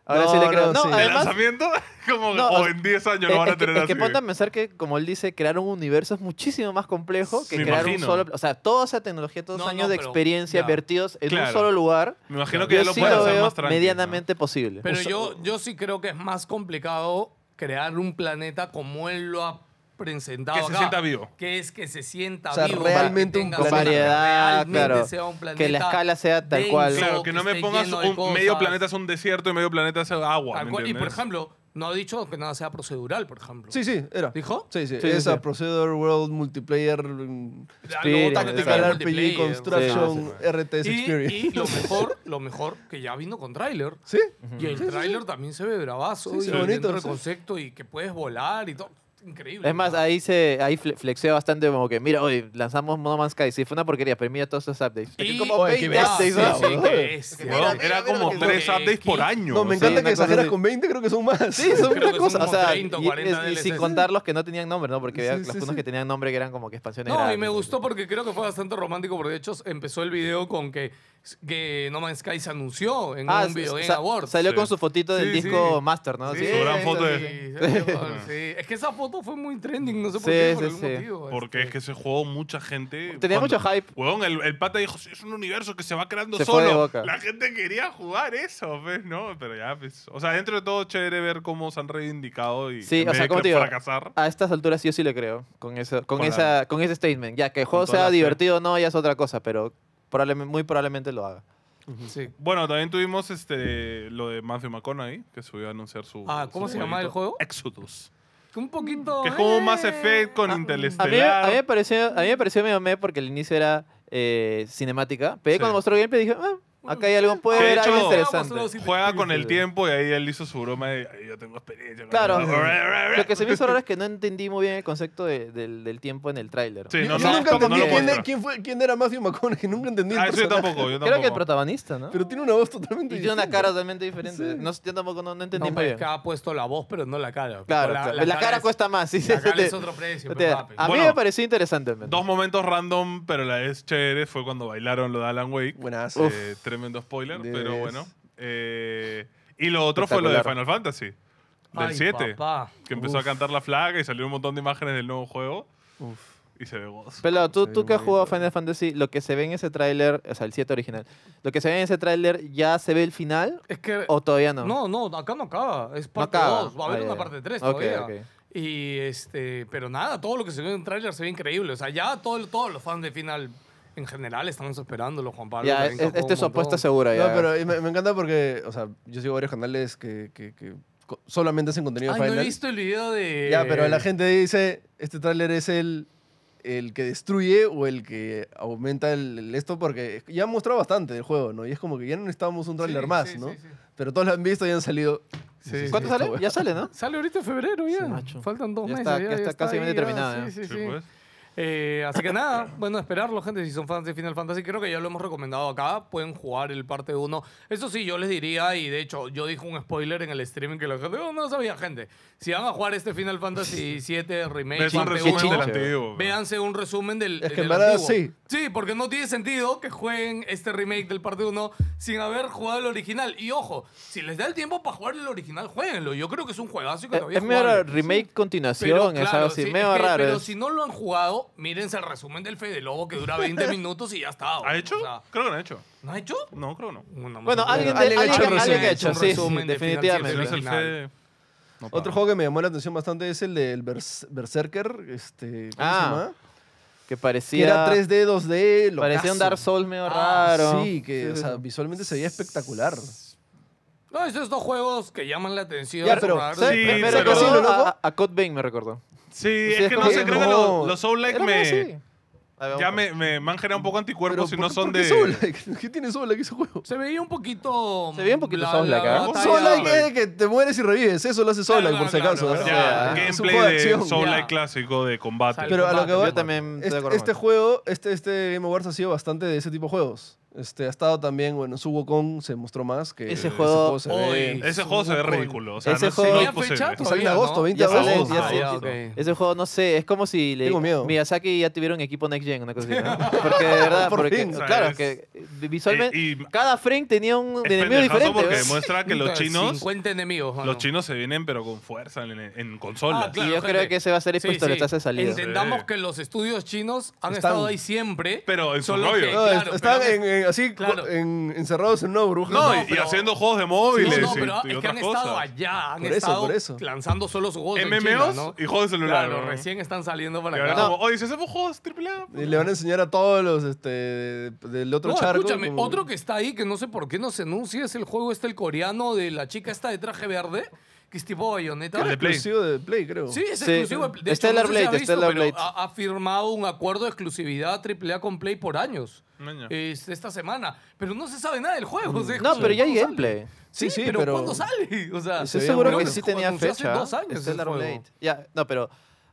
Ahora sí
No,
le creo.
no,
No,
sí. De
el
además,
lanzamiento, como
No, o
o
sea,
en 10 años
Eh,
lo van
es
a tener
que,
así.
Es que ponte a pensar que, como él dice, crear un universo es muchísimo más complejo que
Me
crear
imagino.
un solo... O sea, toda esa tecnología, todos
No,
esos
no,
años de
pero-
experiencia
ya.
vertidos en
Claro.
un solo lugar,
Me imagino que ya
yo
lo
sí
pueden
lo
hacer
veo
más tranquilo.
medianamente posible.
Pero yo, yo sí creo que es más complicado crear un planeta como él lo ha presentado.
Que se
acá.
sienta vivo.
Que es que se sienta
O sea,
vivo.
realmente
que
un
tenga
con
planeta.
vida,
variedad,
realmente
claro.
sea un planeta
Que la escala sea tal
denso,
cual.
Claro, que no me
esté
pongas
lleno de
un medio
cosas.
planeta es un desierto y medio planeta es agua.
Tal
¿me
cual. Y por
entiendes?
ejemplo, no ha dicho que nada sea procedural, por ejemplo.
Sí, sí, era.
¿Dijo?
Sí, sí.
Sí, sí,
Esa
sí.
Procedure World Multiplayer. mm,
Experience,
Tactical
exacto.
RPG Construction RTS
Y,
Experience.
y lo mejor, lo mejor que ya vino con tráiler.
¿Sí?
Y el tráiler también se ve bravazo.
Sí,
y
sí,
dentro
bonito,
del
sí.
concepto y que puedes volar y todo. Increíble.
Es más,
¿verdad?
ahí se ahí fle- flexeo bastante como que, mira, oye, lanzamos No Man's Sky. Sí, fue una porquería, pero mira todos esos updates.
Y-
Aquí como
Oye, qué
20 updates,
bestia,
¿no?
sí,
qué
bro.
bestia.
Weón, era como
que-
tres
que-
updates por año.
No, me
o sea,
encanta
una
que
cosa
exageras
así.
con 20, creo que son más.
Sí, son
Creo que
una
son
cosa. O
como
sea,
30 o
y-
40
y, y sin
DLCs.
contar los que no tenían nombre, ¿no? Porque
Sí,
había
sí,
algunos
sí.
que tenían nombre que eran como que expansiones
No, y
gratis,
me
sé.
gustó porque creo que fue bastante romántico porque de hecho empezó el video con que que No Man's Sky se anunció en
Ah,
un
sa-
Video Game
sa-
Awards.
Salió
Sí.
con su fotito del
Sí,
disco
sí.
Master, ¿no?
Sí,
Sí.
su gran foto
Sí,
de-
sí. Es que esa foto fue muy trending, no sé por
Sí,
qué, por
sí,
algún
sí.
motivo. este,
Porque es que ese juego mucha gente...
Tenía mucho hype.
Huevón, el, el pata dijo, es un universo que se va creando
Se fue de
solo.
boca.
La gente quería jugar eso, pues, ¿no? Pero ya, pues... O sea, dentro de todo, chévere ver cómo se han reivindicado y
Sí,
en
o
vez
sea,
de
¿cómo te digo?
fracasar.
A estas alturas yo sí le creo, con, eso, con,
Con la-
esa, con ese statement. Ya, que el juego
toda la
sea
fe.
divertido o no, ya es otra cosa, pero probablemente, muy probablemente lo haga.
Sí.
Bueno, también tuvimos este lo de Matthew McConaughey, que subió a anunciar su.
Ah, ¿cómo
su
se llama el juego?
Exodus.
Un poquito.
Que es como un Mass
eh,
Effect con
Ah, A mí,
Interestelar.
a, mí me pareció, a mí me pareció medio meh porque el inicio era eh, cinemática, pero ya
Sí.
cuando mostró gameplay dije, ah, acá hay algo, puede
De
haber algo
hecho,
interesante.
Juega con el
Sí.
tiempo y ahí él hizo su broma de "Ay, yo tengo experiencia. con
Claro.
el-
Lo que se me hizo raro es que no entendí muy bien el concepto de- del, del tiempo en el tráiler.
Sí,
yo
no,
yo
no,
nunca
no, no
entendí
lo
quién,
muestra.
era- quién fue, quién era Matthew McConaughey. Nunca entendí el
Ah, eso yo
personaje,
tampoco, yo tampoco.
Creo que el protagonista, ¿no?
Pero tiene una voz totalmente
Y tiene una
distinta.
cara totalmente diferente.
Sí.
No, sé, yo tampoco no, no entendí
No,
muy
pero
bien.
es que ha puesto la voz, pero no la cara.
Claro,
la,
claro. la, cara
es-
cuesta más. sí,
La
sí,
cara
te-
es otro precio.
te-
pero
a
papi.
mí
Bueno,
me pareció interesante. al menos.
Dos momentos random, pero la es chévere fue cuando bailaron lo de Alan Wake.
Buenas.
Eh, tremendo spoiler,
De
pero
veras.
bueno. Eh, y lo otro fue lo de Final
Espectacular.
Fantasy, del
Ay,
7.
papá.
que empezó a cantar la flaga y salió un montón de imágenes del nuevo juego. Y se ve gozo.
Pero tú,
Se
tú
ve
que has
muy
jugado
bueno.
Final Fantasy, lo que se ve en ese tráiler, o sea, el 7 original, lo que se ve en ese tráiler, ¿ya se ve el final
Es que.
o todavía no?
No, no, acá no acaba. Es
no
parte
acaba.
2. Va a haber
Ah,
una
ya, ya.
parte 3
Ok,
todavía.
ok.
Y este, pero nada, todo lo que se ve en el tráiler se ve increíble. O sea, ya todo, el- todos los fans de final en general estamos esperándolo, Juan Pablo.
Ya,
también
es-
copó
este
un
es apuesta
montón.
segura.
No,
ya.
pero eh, me, me encanta porque, o sea, yo sigo varios canales que, que- que co- solamente hacen contenido de
Ay, no he
Final.
visto el video de.
Ya, pero la gente dice, este tráiler es el, el que destruye o el que aumenta el, el esto porque ya han mostrado bastante del juego, ¿no? Y es como que ya no necesitamos un
Sí,
tráiler más,
sí,
¿no?
sí, sí.
Pero todos lo han visto y han salido.
Sí, sí.
¿Cuánto
esta
sale?
wea.
Ya sale, ¿no?
Sale ahorita en febrero ya.
Sí, macho.
Faltan dos
Ya
meses.
está- ya está casi
ahí,
bien determinada,
Sí, sí,
Sí,
sí.
pues.
Eh, así que nada, bueno, esperarlo, gente. Si son fans de Final Fantasy, creo que ya lo hemos recomendado acá. Pueden jugar el parte 1. Eso sí, yo les diría, y de hecho, yo dije un spoiler en el streaming que la gente "Oh, no sabía, gente. Si van a jugar este Final Fantasy 7 Remake,
Es un
parte
resumen
uno,
del
chinche,
antiguo. bro.
Véanse un resumen del.
Es que en
del
verdad
antiguo.
sí.
Sí, porque no tiene sentido que jueguen este remake del parte 1 sin haber jugado el original. Y ojo, si les da el tiempo para jugar el original, jueguenlo. Yo creo que es un juegazo que
Eh,
todavía
Es medio raro,
jugable.
remake continuación,
Pero,
es
claro,
algo así,
sí,
medio
es que-
raro.
Pero
es.
si no lo han jugado, mírense el resumen del Fede Lobo que dura 20 minutos y ya está.
¿Ha
weón.
hecho?
O sea,
Creo que no ha hecho.
¿No ha hecho? Uh,
No, creo que no.
Bueno,
Bueno, alguien
de- alguien ha hecho
un
alguien
resumen,
que ha
hecho,
un
sí, sí,
resumen de Final
definitivamente.
Si no
Fantasy
es el
original.
Fede. no
Otro
para.
juego que me llamó la atención bastante es el del Bers- Berserker, este, ¿cómo
Ah,
se llama? Que
que
era
parecía,
3D, 2D, lo
parecía un Dark Souls medio raro.
Ah, Sí, que o sea, visualmente se veía espectacular.
No, esos dos juegos que llaman la atención.
Ya,
son
pero,
raros.
¿Sabes?
Sí,
me me
pero-
recordó
Sí, lo loco.
a, a Code Vein me recordó.
Sí,
Sí,
es que
es
no
como
sé,
que
creo que
no.
los, los Soul Like
Era medio
me,
así. A ver,
ya
vamos.
me, me, me han generado un poco anticuerpos
Pero,
si
¿por
no
qué-
son
por qué
de.
Soulslike? ¿Qué tiene Soulslike ese juego?
Se veía un poquito.
Se veía un poquito
la-
Souls-like,
la
¿ah?
batalla-
Soulslike es
Souls-like.
de que te mueres y revives. Eso lo hace Soulslike,
Claro,
por si
claro,
acaso.
claro,
¿eh?
Ya,
Ah,
Es un
gameplay
juego
de
acción.
Soul
Ya.
Like clásico de combate.
Sal-
Pero a lo que voy,
Yo también estoy de
este,
acuerdo.
este juego, este, este Game Awards ha sido bastante de ese tipo de juegos. Este, ha estado también, bueno, su Wukong se mostró más. que
Ese juego-
se ve-
Oy.
Ese juego se ve ridículo. O sea,
Ese
no, sé,
juego-
no es
¿Tenía
posible.
fecha?
Sale en
Todavía,
agosto,
¿no?
20
Ya
de
sale,
agosto.
ya
Ah,
sale.
ya, ok.
Ese juego, no sé, es como si le,
Tengo miedo.
Miyazaki ya tuviera un equipo Next Gen, una cosa así, ¿no? Porque de verdad,
Por
porque,
fin.
claro,
¿Sabes?
que visualmente
Y- y-
cada frame tenía un
Es
enemigo
pendejazo
diferente.
porque
¿ves?
demuestra que los
Puta,
chinos.
50 enemigos. mano.
Los chinos se vienen, pero con fuerza en, en consolas.
Ah, claro,
y yo
gente.
creo que ese va a ser el
Sí,
pistoletazo
sí.
de salida.
Entendamos
Sí.
que los estudios chinos han
Están-
estado ahí siempre.
Pero en su
solo
rollo.
que,
No,
claro,
están
pero-
en- en- así,
Claro.
en- encerrados en una burbuja.
No,
No,
y, y
pero-
haciendo juegos de móviles
No, no,
y-
pero
y,
es que
otras
han estado
cosas.
allá, han
Por eso,
estado
por eso.
lanzando solo sus juegos en
MMOs
China, ¿no?
y juegos de celular.
Claro,
¿no?
recién están saliendo
Y
para
ahora
acá.
como, Oye, si hacemos juegos AAA.
Y le van a enseñar a todos los este, del otro
No,
charco.
escúchame,
como-
otro que está ahí que no sé por qué no se anuncia es el juego este, el coreano de la chica esta de traje verde, que es tipo bayoneta.
El de Play.
exclusivo de Play, creo.
Sí, es
Sí.
exclusivo. de- De hecho,
Stellar
no sé si has
Blade,
visto,
Stellar
pero
Blade.
Ha, ha firmado un acuerdo de exclusividad AAA con Play por años.
Maña.
Es esta semana. Pero no se sabe nada del juego. o sea,
No, pero ya hay
¿cuándo sale?
gameplay.
Sí,
Sí, sí,
pero,
pero-
¿cuándo sale? O sea,
Estoy
Estoy
Sí,
seguro
bueno,
que
se
sí tenía
anunció hace
fecha.
dos años ese
Stellar
juego.
Blade. Ya, no, pero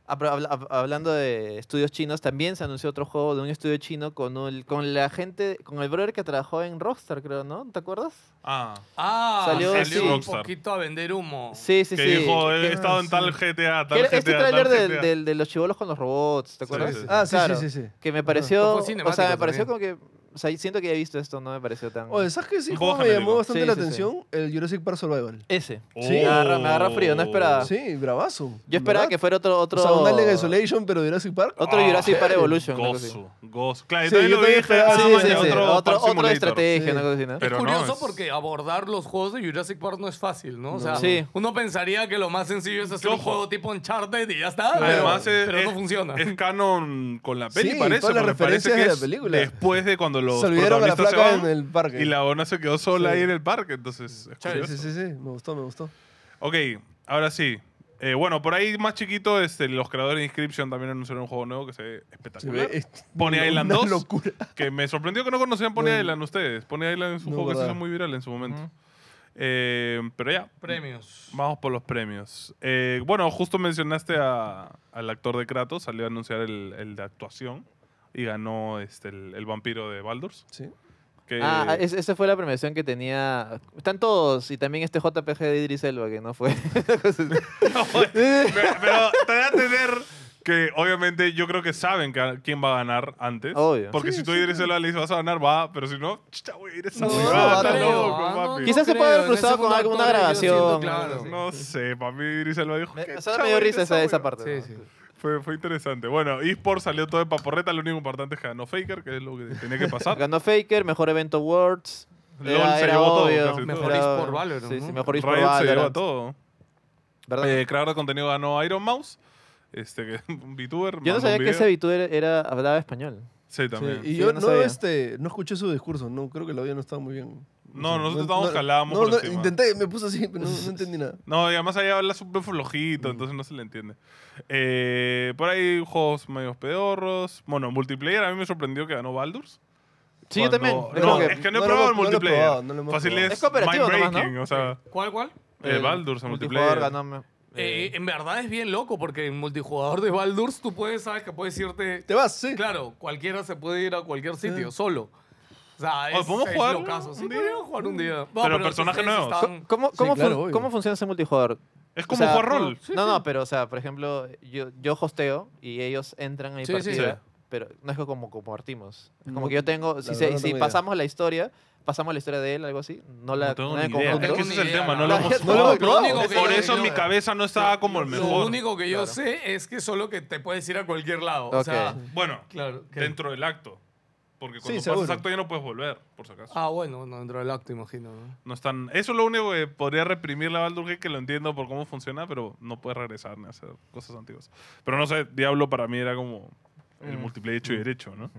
apro- habla- hab- hablando de estudios chinos, también se anunció otro juego de un estudio chino con, el, con la gente, con el brother que trabajó en Rockstar, creo, ¿no? ¿Te acuerdas?
Ah,
Ah,
Salió
así.
un
Rockstar.
poquito a vender
Oh.
humo.
Sí, sí,
que
sí.
dijo,
Que-
he estado en tal GTA,
que
tal
era
GTA,
este
tal
tráiler del-
GTA.
del- de los chivolos con los robots, ¿te acuerdas?
sí, sí.
Ah, sí,
Claro,
sí, sí, sí.
Que me
Ajá.
pareció,
Fue
o sea,
cinemático
me pareció como que o sea, siento que he visto esto, no me pareció tan...
Oye, ¿sabes qué? Sí,
Un
juego
juego
me llamó
genérico.
bastante
Sí,
la
sí, sí.
atención. El Jurassic Park Survival.
Ese.
Oh.
Me, agarra, me agarra frío, no esperaba.
Sí, bravazo.
Ah. Yo esperaba
¿verdad?
que fuera otro... otro
O sea, un Alien Isolation, pero Jurassic Park.
Otro
Ah,
Jurassic Park
serio?
Evolution. una cosa así.
Gozo, gozo. Claro,
Sí,
entonces lo
yo
dije,
también esperaba-
ah,
Sí,
bueno,
sí,
ya,
sí.
otro-
Otro,
otro
otra
simulator.
estrategia,
Sí.
una cosa así, ¿no?
Pero-
es
no,
curioso
es-
porque abordar los juegos de Jurassic Park no es fácil, ¿no? O sea,
Sí.
uno pensaría que lo más sencillo es hacer un
Ojo.
juego tipo Uncharted y ya está, pero,
Además, es,
pero no
es-
funciona.
es canon con la peli,
Sí,
parece.
todas las
porque parece
referencias
que
de la
es
película.
Después de cuando los
Se olvidaron a la
protagonistas
placa
se van
en el parque.
y la ona se quedó sola ahí en el parque, entonces es
Sí,
curioso.
sí, sí, sí, me gustó, me gustó.
Ok, ahora sí. Eh, bueno, por ahí más chiquito, este, los creadores de Inscription también anunciaron un juego nuevo que se ve
Se
espectacular.
ve es
Pony
una
Island 2.
locura.
Que me sorprendió que no conocían Pony
No.
Island ustedes. Pony Island es un
No,
juego que se
verdad.
hizo muy viral en su momento. Eh, pero ya,
Premios.
Vamos por los premios. Eh, bueno, justo mencionaste a- al actor de Kratos, salió a anunciar el, el de actuación y ganó este, el, el vampiro de Baldur's.
Sí.
que-
Ah, ah, es- esa fue la premiación que tenía. Están todos, y también este JPG de Idris Elba, que no fue.
pero, pero te da a entender que obviamente yo creo que saben que a- quién va a ganar antes.
Obvio.
Porque si tú a Idris Elba le dices vas a ganar, va, pero si no, chucha, güey, Idris
No,
Elba,
no,
va,
no,
está
no,
loco,
no,
papi.
no,
Quizás se puede haber
creo, en ese
cruzado con
mundo
alguna
actual yo
grabación.
siento, claro.
algo así.
No sé, para mí Idris Elba dijo
Me-
que
o sea, me dio risa esa, esa parte.
Sí,
¿no?
sí.
Fue, fue interesante. Bueno, eSports salió todo de paporreta. Lo único importante es que ganó Faker, que es lo que tenía que pasar.
Ganó Faker, mejor evento Awards.
Ah. LOL
Era,
se
era
llevó todo,
obvio.
casi
Mejor
era-
eSport Valorant,
Sí,
¿no?
sí, mejor eSport
Riot se llevó a
Valorant.
todo.
¿Verdad?
Eh, creador de contenido ganó Iron Mouse. Este, que un VTuber.
Yo
mandó
no
un
sabía que
video.
ese VTuber era, hablaba español.
Sí,
Sí,
también.
y
Sí,
yo
yo
no,
no sabía.
este, no escuché su discurso, no creo que la vida no estaba muy bien.
No,
sé,
nosotros estábamos jalábamos
No,
por
no,
encima.
intenté, me puse así, pero no, no entendí nada.
No, y además ahí habla súper
Mm.
flojito, entonces no se le entiende. Eh, por ahí juegos medios pedorros. Bueno, multiplayer a mí me sorprendió que ganó Baldur's.
Sí, yo también.
Cuando-
Yo
No, eh,
creo que-
es que no he
no lo
probado
hemos-
el
no lo he
multiplayer.
probado, no lo hemos
Fácil
probado.
es,
Es cooperativo nomás,
mind-breaking, o sea,
¿Cuál, cuál?
el Baldur's en
multijugador
eh, multiplayer.
ganó. me-
Eh, en verdad es bien loco porque en multijugador de Baldur's tú puedes, sabes que puedes irte...
Te vas, sí.
Claro, cualquiera se puede ir a cualquier sitio, solo. O sea, es,
¿podemos
es
jugar
locazo.
un
Sí,
día?
podríamos jugar un día. No,
personaje
ustedes
nuevo.
están-
¿Cómo, cómo,
claro,
fun-
obvio.
¿Cómo funciona ese multijugador?
Es
O
como
sea,
jugar rol.
Sí,
no,
sí.
no, pero, o sea, por ejemplo, yo, yo hosteo y ellos entran a mi
Sí, sí.
partida,
Sí.
pero no es que como compartimos. Es como
No,
que yo tengo, si,
la
se-
verdad no
si
tengo idea.
pasamos la historia, pasamos la historia de él, algo así, no la
No tengo
no la
ni idea.
conjunto.
Es que ese es el
Ni idea,
tema,
la
no lo
verdad.
hemos
No lo
probado.
hemos probado.
Lo único
Por
que-
eso en mi cabeza no estaba como el
Lo
mejor.
único que yo sé es que solo que te puedes ir a cualquier lado. O
Ok.
sea,
Bueno,
claro. que-
dentro del acto. Porque cuando pasas
seguro.
acto ya no puedes volver, por si acaso.
Ah, bueno, no, dentro del acto, imagino. ¿no?
No están, eso es lo único que podría reprimir la Baldur's Gate, que lo entiendo por cómo funciona, pero no puedes regresar ni hacer cosas antiguas. Pero no sé, Diablo para mí era como
Mm.
el multiplayer hecho y derecho, ¿no?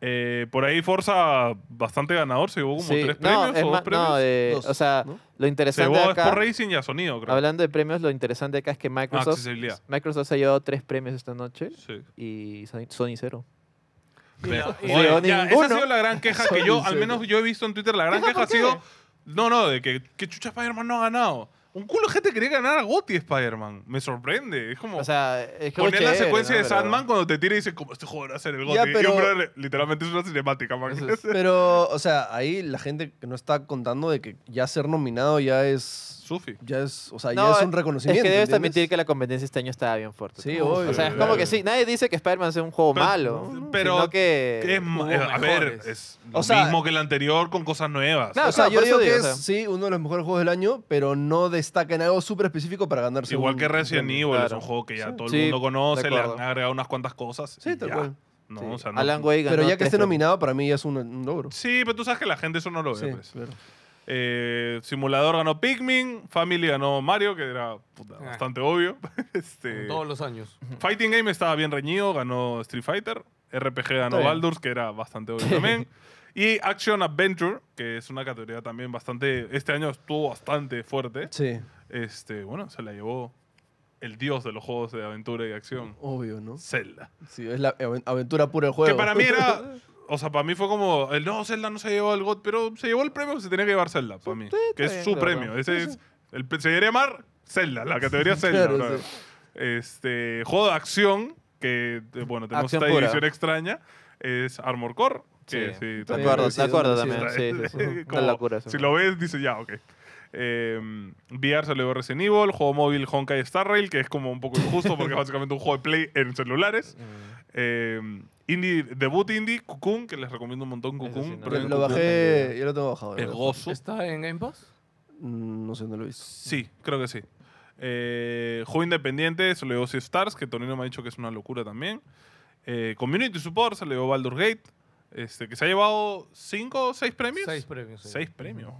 Eh, por ahí Forza bastante ganador, se llevó como
Sí,
tres
no,
premios
es
o
ma-
dos
no,
premios.
eh,
Dos,
o sea,
¿no?
lo
se
interesante
llevó a
acá,
Sport Racing y a Sonido, creo.
hablando de premios, lo interesante acá es que
Ah,
Microsoft,
accesibilidad.
Microsoft se ha llevado tres premios esta noche
Sí.
y Sony, Sony cero.
Pero,
Y-
oye,
Llegó
ya, esa ha
ninguno.
sido la gran queja que yo, al menos yo he visto en Twitter, la gran queja ha sido, no, no, de que, que chucha Spider-Man no ha ganado. Un culo de gente quería ganar a Gotti Spider-Man. Me sorprende. Es como
O sea, es que
poner
chévere,
la secuencia
¿no?
de
Pero-
Sandman cuando te tira y dice, como este juego va a ser el Gotti.
Ya,
Y
pero-
un brother, literalmente es una cinemática, man.
Eso es-
Pero, o sea, ahí la gente que no está contando de que ya ser nominado ya es.
Sufi.
Ya es, o sea,
No,
ya es un
Es
reconocimiento.
que debes
¿entiendes?
admitir que la competencia este año estaba bien fuerte.
Sí,
¿no?
obvio,
O sea, es
claro.
como que sí, nadie dice que Spider-Man sea un juego
Pero-
malo.
no, pero
sino que...
Que es ma-
hubo
eh, a ver,
mejores.
es
O
lo
sea-
mismo que el anterior con cosas nuevas.
Claro,
o sea,
claro,
yo
por eso
digo que
digo, o
es,
sea.
sí, uno de los mejores juegos del año, pero no destaca en algo súper específico para ganarse.
Igual
un-
que Resident
un-
Evil, es
claro.
un juego que ya
Sí.
todo el
Sí,
mundo conoce,
de
le han
acuerdo.
agregado unas cuantas cosas.
Sí,
y
tal
ya.
cual.
No,
Sí.
o sea, no-
Alan Wake
Pero
ganó
ya que
tres
esté
premios.
nominado, para mí ya es un, un logro.
Sí, pero tú sabes que la gente eso no lo ve.
Sí,
pues.
claro.
Eh, simulador ganó Pikmin, Family ganó Mario, que era puta,
Ah.
bastante obvio. Este,
Como Todos los años.
Fighting Game estaba bien reñido, ganó Street Fighter. RPG ganó
bien.
Baldur's, que era bastante obvio también. Y Action Adventure, que es una categoría también bastante. Este año estuvo bastante fuerte.
Sí,
Este, bueno, se la llevó el dios de los juegos de aventura y acción,
obvio, ¿no?
Zelda.
Sí, es la aven- aventura pura del juego.
Que para mí era. O sea, para mí fue como. El, no, Zelda no se llevó el GOT, pero se llevó el premio que se tenía que llevar Zelda, para mí. Que es
bien,
su
claro.
premio. Ese es, el, se debería llamar Zelda, la categoría Zelda.
Claro,
brother.
sí.
Este. Juego de acción, que, eh, bueno, tenemos
Acción
esta
pura.
edición extraña, es Armor Core. Que
Sí,
sí,
de
también
acuerdo,
es-
de acuerdo
sí,
también. Sí, sí, sí. Una
Como,
locura eso.
si lo ves, dice ya, ok. Eh, VR se lo llevó Resident Evil, juego móvil
Mm.
Honkai Star Rail, que es como un poco injusto porque es básicamente un juego de play en celulares. Eh, indie, debut indie, Cocoon, que les recomiendo un montón
Eso
Cocoon.
sí, no
pero
lo-
en
Lo
Cocoon
bajé, yo lo tengo bajado.
Es
lo-
gozo.
¿Está en Game Pass?
Mm, No sé, no lo he visto.
Sí, creo que sí. Eh, juego independiente, se lo dio Sea Stars, que Tonino me ha dicho que es una locura también. Eh, Community Support, se le dio Baldur Gate, este, que se ha llevado cinco o seis premios.
Seis premios. sí.
Seis premios.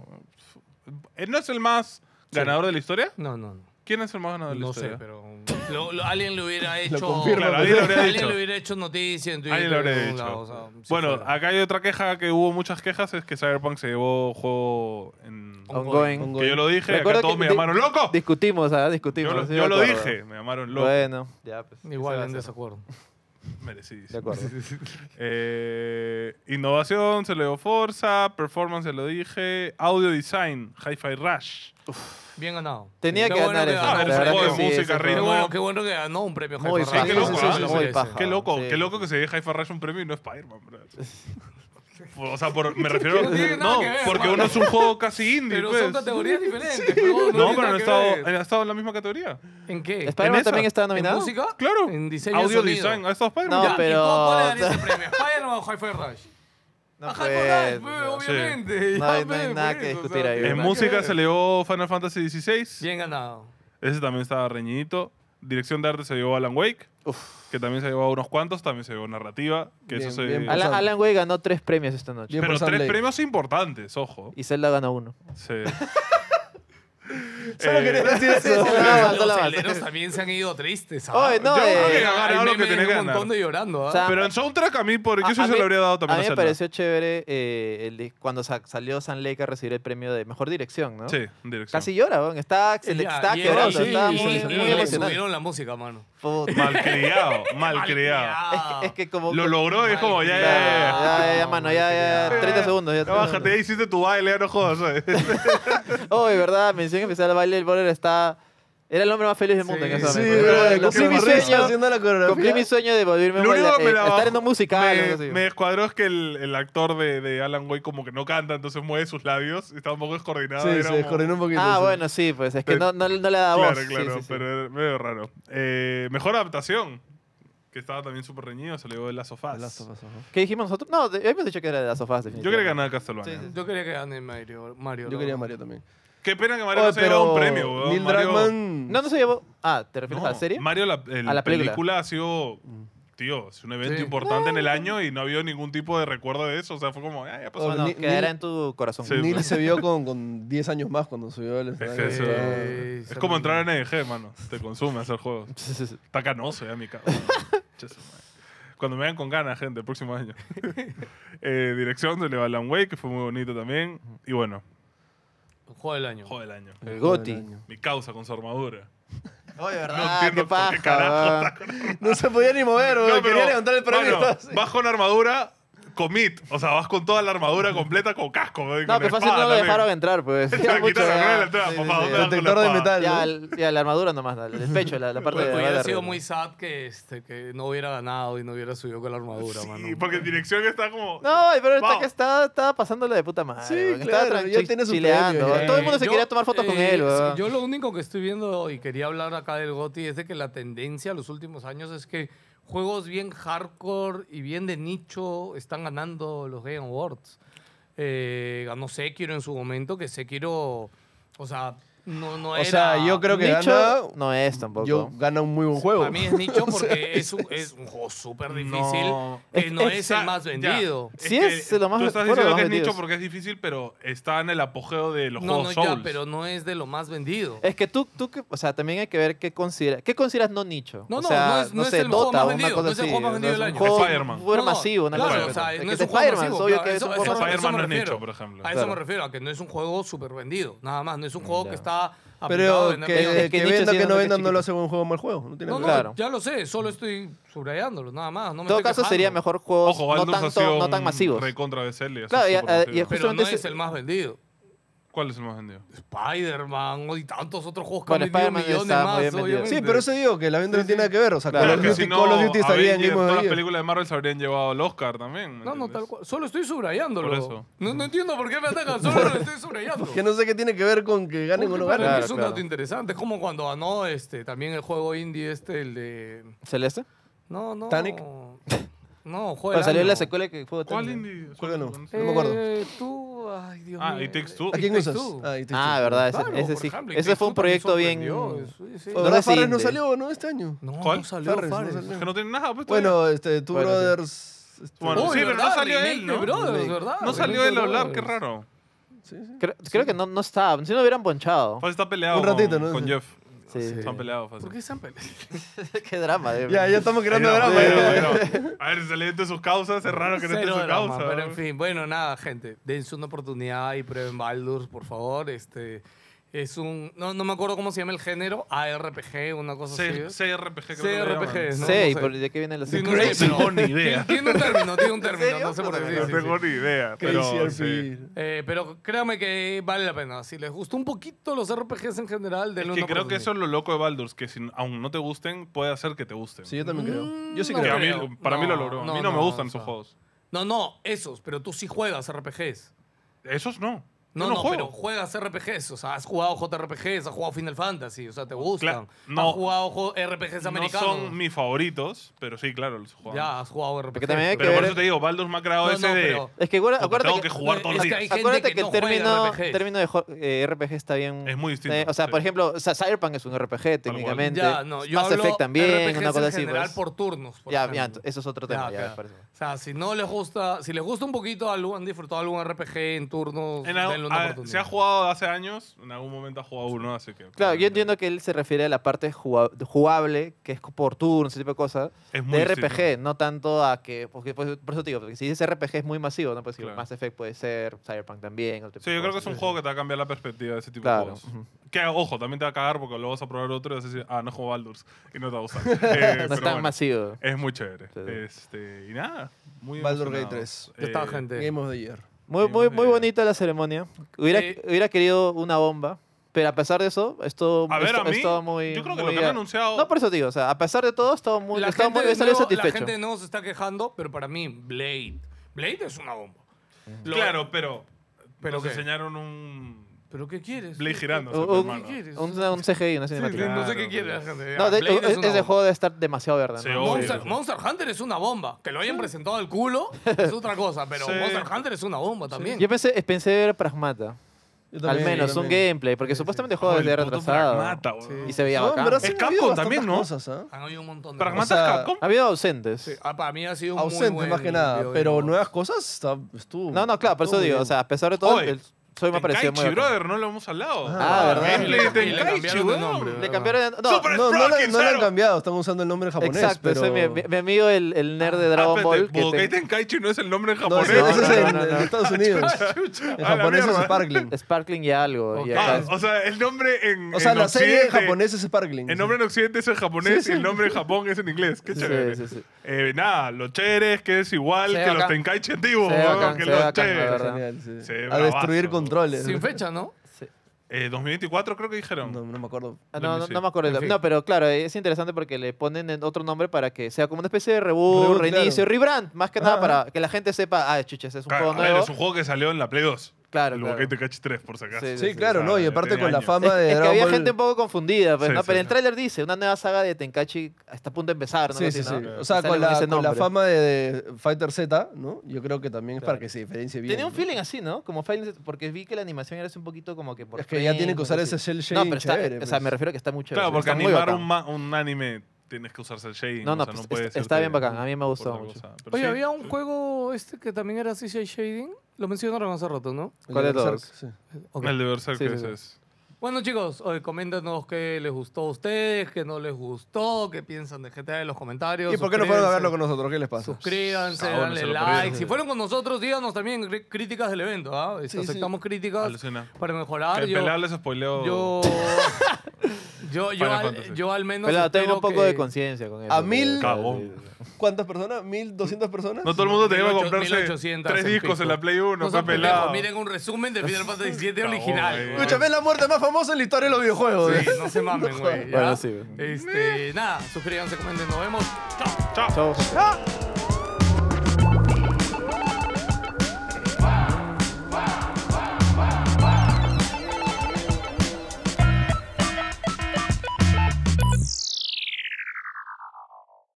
Eh, ¿No es el más ganador de la historia?
No, no, no.
¿Quién es el más ganador de la
No
historia?
sé, pero. lo- lo- alguien le hubiera hecho.
confirma,
Claro, alguien lo habría
alguien
dicho.
le hubiera hecho noticia en Twitter.
Alguien lo habría
en algún
dicho.
lado, o sea, si
bueno,
fuera.
acá hay otra queja que hubo muchas quejas, es que Cyberpunk se llevó juego en...
Ongoing.
Ongoing.
Que yo lo dije, acá
Recuerdo
todos
que
me
di-
llamaron loco.
Discutimos, ¿ah? Discutimos.
Yo lo,
sí,
yo
me
lo
acuerdo.
dije, me llamaron loco.
Bueno, ya, pues. ¿qué se
Igual
va a
en
hacer?
desacuerdo.
De
Merecidísimo.
acuerdo.
Eh, innovación, se lo dio Forza, performance, se lo dije, audio design, Hi-Fi Rush.
Bien ganado.
Tenía
Qué
que
bueno
ganar eso.
ganó.
la
Ah,
ganó.
es un
verdad
juego
que
de
sí,
música,
ese
Qué
juego-
ritmo.
bueno, qué bueno que ganó un premio.
Muy
Jefa.
paja.
Sí, qué
sí,
loco,
sí,
¿ah?
sí,
Lo
muy
merece.
paja.
Qué loco,
Sí.
qué loco que se dé Hi-Fi Rush un premio y no Spider-Man, bro. O sea, por- me refiero.
No tiene nada
no,
que ver,
porque
mano.
uno es un juego casi indie.
Pero
pues.
son categorías diferentes. pero no
No,
tiene
pero
nada
han
que
estado,
ver.
han estado en la misma categoría.
¿En qué?
¿Spider-Man
esa?
también estaba
¿En
nominado?
música?
Claro.
En diseño de
Audio
sonido.
design, ha estado Spider-Man.
No,
Ya, ¿Y
pero-
cómo le darías el premio? ¿Spider-Man o Hi-Fi Rush?
No,
Ajá,
pues,
Hi-Fi Rush,
no.
pues, obviamente.
No
Ya,
hay- no hay
pues,
nada
pues,
que
o sea,
discutir ahí,
tiene
En
¿verdad?
nada que
música
ver.
se le dio Final Fantasy XVI.
Bien ganado.
Ese también estaba reñidito. Dirección de arte se llevó Alan Wake, que también se llevó unos cuantos. También se llevó narrativa, que
Bien,
eso se...
bien.
Alan,
Sam-
Alan Way ganó tres premios esta noche.
Bien
Pero
por Sam
tres
Lake.
premios importantes, ojo.
Y Zelda ganó uno.
Sí.
Solo
Eh,
quería decir eso.
Solo la base, solo
Los
la base.
heleros también se han ido tristes.
Oye, no,
Yo creo
eh,
que
hay
ganaron lo que tenía que
un montón
ganar.
de llorando. ¿ah?
O sea,
Pero en soundtrack a mí, por
A-
eso
ah, a
se
mí-
lo habría dado también
a mí me
Zelda.
pareció chévere eh, el di- cuando sa- salió San Lake a recibir el premio de mejor dirección, ¿no?
Sí, en dirección.
Casi llora, weón. Está,
Y
se le
ya,
está
y
quebrando,
era-
está
y-
muy,
y-
muy
y le
emocional.
subieron la música, mano.
Puta,
Malcriado, malcriado.
Es que como...
Lo logró, es como, ya,
Ya,
ya, ya, ya.
ya, ya, ya, mano, ya, ya, ya, 30 segundos. Ya,
Ya bájate, ya hiciste tu baile, ya no jodas. ¿sabes?
Oh, de verdad, mención especial al baile, el bowler está... Era el hombre más feliz del mundo en ese
Sí,
momento.
bro,
Cumplí
cumplí mi sueño haciendo la
Cumplí mi
coreografía.
sueño de volverme un
Lo único
baila-
que me
eh,
la
estar
bajó-
en un musical. algo así.
me, me descuadró es que el, el actor de, de Alan Way como que no canta, entonces mueve sus labios. y Estaba un poco descoordinado.
Sí,
era
se
como-
descoordinó un poquito.
Ah,
sí.
bueno, sí, pues es que
Pero-
no, no, no le da voz.
Claro, claro, pero era medio raro. Eh, mejor adaptación, que estaba también súper reñido, se le dio de las sofás.
Last of Us, ajá.
¿Qué dijimos nosotros? No, de- habíamos dicho que era de las sofás,
Yo quería
definitivamente.
ganar Castlevania.
Sí, sí, sí.
Yo quería que gane Mario. Mario
Yo
la
quería a
verdad.
Mario también.
Qué pena que Mario
Oye,
no se haya llevado un premio, weón.
Neil
Mario-
Druckmann.
No, no se llevó. Ah, ¿te refieres
No,
a la serie?
Mario, la, el-
A la película. Mm.
película ha sido, tío, es un evento
Sí.
importante en el año y no ha habido ningún tipo de recuerdo de eso. O sea, fue como, ah, ya pasó.
Bueno,
Ni-
quedará
Neil-
en tu corazón.
Sí.
Neil se vio con, con 10 años más cuando subió al escenario.
que eso-
Estaba-
Eh,
Es como entrar en EG, mano. Te consume hacer juegos. Está canoso ya mi cabrón. Cuando me vean con ganas, gente, el próximo año. Eh, dirección de Alan Way, que fue muy bonito también. Y bueno,
Juego del año.
juego del año.
El
Juego
Goti.
del año.
Mi causa con su armadura.
Oye,
No
¿verdad?
entiendo
qué paja.
por qué carajo
weón.
está con
No se podía ni mover, güey.
No, pero,
Quería levantar el premio. y
mano,
estaba así.
Vas con armadura, commit. O sea, vas con toda la armadura completa con casco. No,
No, pero fácil no lo dejaron entrar, pues.
Te
Ya
la
mucho,
quitaron,
ya.
no la entraba,
Sí,
papá,
sí,
¿dónde
sí.
vas con
Detector
la
de
espada?
metal.
Ya,
¿no?
el- ya, la armadura nomás, la- el pecho, la, la parte de la
Hubiera
de
sido
arriba.
muy sad que, este, que no hubiera ganado y no hubiera subido con la armadura, mano.
Sí, porque en dirección está como...
No, pero
Wow.
está que está, estaba pasándole de puta madre.
Sí,
weón.
claro,
estaba
ya
tran-
tiene su
chileando,
premio,
weón.
ya.
Todo el mundo se
Eh, Yo,
quería tomar fotos con
eh,
él, weón.
sí, Yo lo único que estoy viendo y quería hablar acá del GOTI es de que la tendencia en los últimos años es que juegos bien hardcore y bien de nicho están ganando los Game Awards. Eh, ganó Sekiro en su momento, que Sekiro, o sea, no, no
O
era...
sea, yo creo que
Nicho
gana.
no es tampoco.
Yo gana un muy buen juego.
Para mí es nicho
O sea,
porque es, un, es un juego súper difícil
No.
que
Es-
no
es-
es el más vendido.
Sí es lo más-
Tú estás
fueron
diciendo
los
que es nicho
más vendidos.
porque es difícil, pero está en el apogeo de los
No,
juegos
no,
Souls.
ya, pero no es de lo más vendido.
Es que tú, tú que, o sea, también hay que ver qué consideras, qué consideras no nicho.
No,
o
no,
sea,
no es- no es
sé,
el juego
Dota,
más
o una
vendido,
cosa
no es el
así,
juego más
o sea,
vendido del
es
año.
un
Spider-Man.
Juego
No, no,
masivo, una
claro,
cosa.
o sea,
Es
no
que
es
de
un juego
Spider-Man,
masivo,
obvio
claro,
que es
eso-
un
eso
juego
me
masivo.
Spider-Man no es
refiero.
nicho, por ejemplo.
A eso me
Claro.
refiero, a que no es un juego súper vendido, nada más, no es un juego
Ya.
que está aplicado a
Pero
vender
que,
millones.
Es que
que
Nietzsche
venda
sí
que
gana
no
porque
venda
es
no lo
chiquito.
hace buen juego mal juego. No tiene
No, no,
nada.
Claro.
ya lo sé, solo estoy subrayándolo, nada más. No me
En todo
estoy
caso, sería
quejando.
mejor juegos
Ojo,
no,
Baldur's ha sido
tanto, no tan
un
masivos.
Recontra de Celia.
Claro, y-
supermasivo.
y- y justo-
Pero no
Justamente
es
ese-
el más vendido.
¿Cuál es el más vendido?
Spider-man oh, y tantos otros juegos que
Bueno,
han vendido
Spider-Man
millones
está muy
más,
bien vendido.
obviamente.
Sí, pero eso digo, que la venta no tiene nada que ver. O sea,
Claro,
Call, of
que
Duty, Call of Duty estaría en
Avenger,
Game of
todas
the
las
Year.
películas de Marvel se habrían llevado al Oscar también. ¿me
No, no,
entiendes?
tal cual. Solo estoy subrayándolo.
Por eso.
No, no entiendo por qué me atacan, solo lo estoy subrayando.
Que no sé qué tiene que ver con que
Porque
ganen o no
para mí
ganen.
Claro,
es un
claro.
dato interesante. Es como cuando ganó este, también el juego indie este, el de...
¿Celeste?
No, no.
Titanic.
No, juega.
Cuando salió la secuela que fue
¿Cuál
Tecmo.
indie?
Creo que no.
Eh,
¿Cuál-
No me acuerdo.
Tú, ay, Dios
Ah,
mío.
y Takes Two.
¿A quién
Takes
usas?
Two.
Ah, y Takes
Ah,
Two.
verdad, ese,
Claro,
ese
por
sí.
ejemplo, y
ese
Takes
fue un
Two también
proyecto bien.
sorprendió, sí, sí.
fue-
¿Verdad
Obras
Farres no
indie.
salió, no? Este año.
No,
¿Cuál?
no salió
Farres, no
Farres.
salió.
Que no tiene nada. pues, todavía.
Bueno, este, Two
Bueno, sí.
Brothers. este,
Bueno,
Uy,
sí, pero no
¿verdad?
salió él,
Remake de
¿no?
Brothers,
Remake.
¿verdad?
no salió
Remake
el
de
hablar, qué
Brothers.
raro.
sí, sí.
Creo, creo que no, no estaba. Si no hubieran ponchado.
Fácil está peleado
Un ratito,
con,
¿no?
con
Sí.
Jeff.
Sí.
sí.
Están peleados fácil.
¿Por qué se han peleado?
Qué drama, de
Ya, ya estamos creando
Ahí no,
drama.
bueno,
ya.
bueno. A ver, si salió de sus causas, es raro que no esté en
Cero
su
drama,
causa.
Pero en fin, bueno, nada, gente. Dense una oportunidad y prueben Baldur, por favor. Este es un. No, no me acuerdo cómo se llama el género. ARPG, una cosa
C-
así.
CRPG creo que lo llaman.
CRPG, ¿no?
Sí,
No sé.
¿por- ¿de qué viene la
Sí,
secuela?
no sé,
Crazy.
No,
pero-
ni idea.
Tiene un término, tiene un término.
serio?
No sé por qué.
No
sí, sí,
tengo
sí.
ni idea.
Crazy
Pero, sí.
RPG.
Eh, pero créame que vale la pena. Si les gustó un poquito los RPGs en general,
Es
denle
que
una
creo que eso
oportunidad.
es lo loco de Baldur's, que si aún no te gusten, puede hacer que te gusten.
Sí, yo también creo. Yo sí
Mm,
Que
creo.
a mí-
creo.
para mí lo
No,
logró.
no,
a mí no, me
no,
gustan
o
esos
sea.
juegos.
No, no, esos, pero tú sí juegas RPGs.
Esos no.
No,
Yo
no,
juego.
pero juegas RPGs, o sea, has jugado JRPGs, has jugado Final Fantasy, o sea, te gustan.
Cla- no.
has jugado jo- RPGs
no
americanos.
son mis favoritos, pero sí, claro, los juego.
Ya, has jugado RPGs.
Porque también hay que
Pero por
ver-
eso te digo, Baldur's me ha creado
No,
ese
no,
de.
pero-
Es que igual-
puta,
acuérdate
tengo
que,
que jugar todos los
es que
días.
hay gente
acuérdate
que
que, el
no juega
término,
RPGs.
término de jo- eh, RPG está bien.
Es muy distinto,
está bien- O sea,
sí.
por ejemplo, o sea, Cyberpunk es un RPG técnicamente.
Ya, no, yo
Mass
hablo
Effect también,
RPGs
una cosa
en
así.
general
pues.
por turnos, por
ya, ya,
ejemplo.
eso es otro tema.
Ya,
Ya,
claro.
me parece.
O sea, si no les gusta, si les gusta un poquito algo, han disfrutado algún RPG en turnos,
En algo-
Pues, denle una
a-
oportunidad.
se ha jugado hace años, en algún momento ha jugado uno, así que.
Claro, yo entiendo que él se refiere a la parte jugab- jugable, que es por turnos, ese tipo de cosas,
Es muy
de
distinto.
RPG, no tanto a que... Porque, pues, por eso te digo, porque si dices RPG es muy masivo, ¿no? Pues si
Claro.
Mass Effect puede ser, Cyberpunk también. otro tipo
Sí, yo
de
creo que es
cosas.
un juego que te va a cambiar la perspectiva de ese tipo
Claro,
de juegos. Que, ojo, también te va a cagar porque luego vas a probar otro y vas a decir, ah, no juego Baldur's. Y no te va a gustar. Eh,
No
pero
es tan
bueno,
masivo.
Es muy chévere.
Sí.
Este, y nada, muy
Baldur's
emocionados.
Gate 3.
Ya está,
Eh,
gente.
Game of the Year.
Muy, muy, muy
eh,
bonita la ceremonia. Hubiera,
eh,
hubiera querido una bomba, pero a pesar de eso, esto
A ver,
esto-
a mí,
esto muy...
yo creo que lo
muy
que han
a-
anunciado...
No, por eso te digo, o sea, a pesar de todo, estaba muy,
la,
estaba
gente
muy
de
me salió
nuevo- la
satisfecho.
gente de nuevo se está quejando, pero para mí, Blade. Blade es una bomba. Lo-
Claro, pero...
¿Pero
Pero nos
qué?
enseñaron un...
¿Pero qué quieres?
Blade girando.
Un-
pues,
un-
hermano.
¿Qué quieres?
Un, un CGI, una
Sí, sí,
cinemática.
no sé qué
Claro,
quiere la
pues.
gente.
No, de-
Ah, Blade es una
ese
bomba.
juego debe estar demasiado verde.
Sí,
¿no?
obvio.
Monster, Monster Hunter es una bomba. Que lo hayan presentado al culo es otra cosa, pero
Sí.
Monster Hunter es una bomba también.
Yo pensé, pensé ver Pragmata.
Yo
Al
también,
menos
yo
un
también.
gameplay, porque supuestamente el
Oh,
juego
el
es de
puto Pragmata,
retrasado.
weón.
Y se veía
No, en verdad
bacán.
sí
Es
ha
Capcom
habido bastantes
también, ¿no?
Cosas, ¿ah?
Han habido un montón de
Pragmata
O sea,
es Capcom.
Ha habido ausentes.
Sí, ah, para mí ha sido un muy
Ausentes
buen
más que nada.
video
Pero
game.
nuevas cosas está- estuvo.
No, no, claro, por eso
estuvo
digo,
bien.
o sea, a pesar de todo,
Uh, Oye,
el- soy me pareció muy
Tenkaichi,
bacán.
brother, no lo hemos hablado.
Ah, ¿verdad?
Gameplay de
Y le
Tenkaichi,
cambiaron de nombre,
weón.
Le cambiaron de... No,
Super-
No, no, la-
Sprocket,
no la han
cero.
cambiado, están usando el nombre japonés.
exacto,
pero...
ese es mi, mi- mi amigo el, el nerd de Dragon
Ah,
Ball.
espérate,
Que
Budokai
te-
Tenkaichi no es el nombre en
No,
japonés.
ese, ese
No,
es
no,
en,
no, no.
en Estados Unidos. En
A la
japonés es
mierda.
Sparkling.
Sparkling y algo. y
Ok.
acá
Ah,
es-
o sea, el nombre en
O sea,
en
la serie en
Occidente-
japonés es Sparkling.
El nombre en Occidente es en japonés
Sí, sí.
y el nombre en Japón es en inglés. Qué
Sí,
chévere.
sí, sí.
Eh, nada, los cheres, que es igual
Se ve
que los
bacán.
tenkaichi antiguos,
Se ve
weón,
bacán,
que
se ve
los
bacán, la
cheres.
verdad.
Genial, sí.
Sí,
A
bravazo.
destruir controles.
Sin fecha, ¿no?
Eh, 2024 creo que dijeron.
No, no me acuerdo.
Ah, No, no,
Sí.
no me acuerdo.
En fin.
No, pero claro, es interesante porque le ponen en otro nombre para que sea como una especie de reboot,
Reboot,
reinicio,
claro.
rebrand, más que
Ajá,
nada
ajá.
para que la gente sepa, ah, chuches, es un
Claro,
juego
a ver,
nuevo.
es un juego que salió en la Play 2.
Claro,
El
claro.
Budokai Tenkaichi 3, por si acaso.
Sí, sí,
Sí, claro,
sí.
¿no? Y
Ah,
aparte
tenía
con la
años.
fama
Es,
de
es que
Dragon
había
Ball-
gente un poco confundida, pues,
Sí,
¿no?
sí,
pero
sí.
el tráiler dice, una nueva saga de Tenkaichi está a punto de empezar, ¿no?
Sí, sí,
Así,
sí.
¿no?
O sea,
Sale
con la,
ese
con la
nombre.
fama de Fighter Z, ¿no? Yo creo que también es
Claro.
para que se diferencie bien.
Tenía un
¿no?
feeling así, ¿no? Como Final porque vi que la animación era así un poquito como que por
Es que ya
frames,
tienen que
una
usar
cosa
ese
así.
cel
No,
shading
pero está,
chévere,
o sea,
pues.
me refiero a que está muy chévere.
Claro, porque
está muy
animar
bacán.
un, ma- un anime tienes que usarse el shading.
No, no,
o sea,
pues,
puede
está-
ser
está
de-
bien bacán, a mí me
por
gustó
otra
mucho.
cosa. Pero
Oye,
sí,
había un juego este que también era así CGI Shading. Lo mencionaron hace rato, ¿no?
¿Cuál de
Berserk,
todos?
sí.
Ok.
El de Berserk
Sí, sí,
ese
sí.
es.
Bueno, chicos, hoy coméntenos qué les gustó a ustedes, qué no les gustó, qué piensan de GTA en los comentarios.
¿Y por qué no fueron a verlo
suscríbanse.
con nosotros? ¿Qué les pasa?
Suscríbanse,
Cabrón,
danle
Ah, se lo
like.
perdieron.
Si fueron con nosotros, díganos también cri- críticas del evento. ¿ah?
Sí,
Aceptamos críticas
Alucina.
para
El
mejorar. Ah, Yo,
pelado les spoileo.
yo, yo, yo,
Final
al,
Fantasy.
yo al menos.
Pero tengo
espero
un poco
que-
de conciencia con eso.
A
porque-
mil-
Cagón.
¿Cuántas personas? ¿1200 personas?
No todo el mundo tenía que
1800,
comprarse
1800
tres
en
discos en
pico.
la Play 1,
No
no fue
sean pendejos,
pelado.
Miren un resumen de Final Fantasy VII
Cagón,
original.
güey.
güey.
Escúchame, es la muerte más famosa en la historia de los videojuegos.
Sí, no se mamen, güey. ¿ya?
Bueno, sí.
Este, nada, suscríbanse, comenten, nos vemos. Chao.
Chao.
Chau.
¡Ah!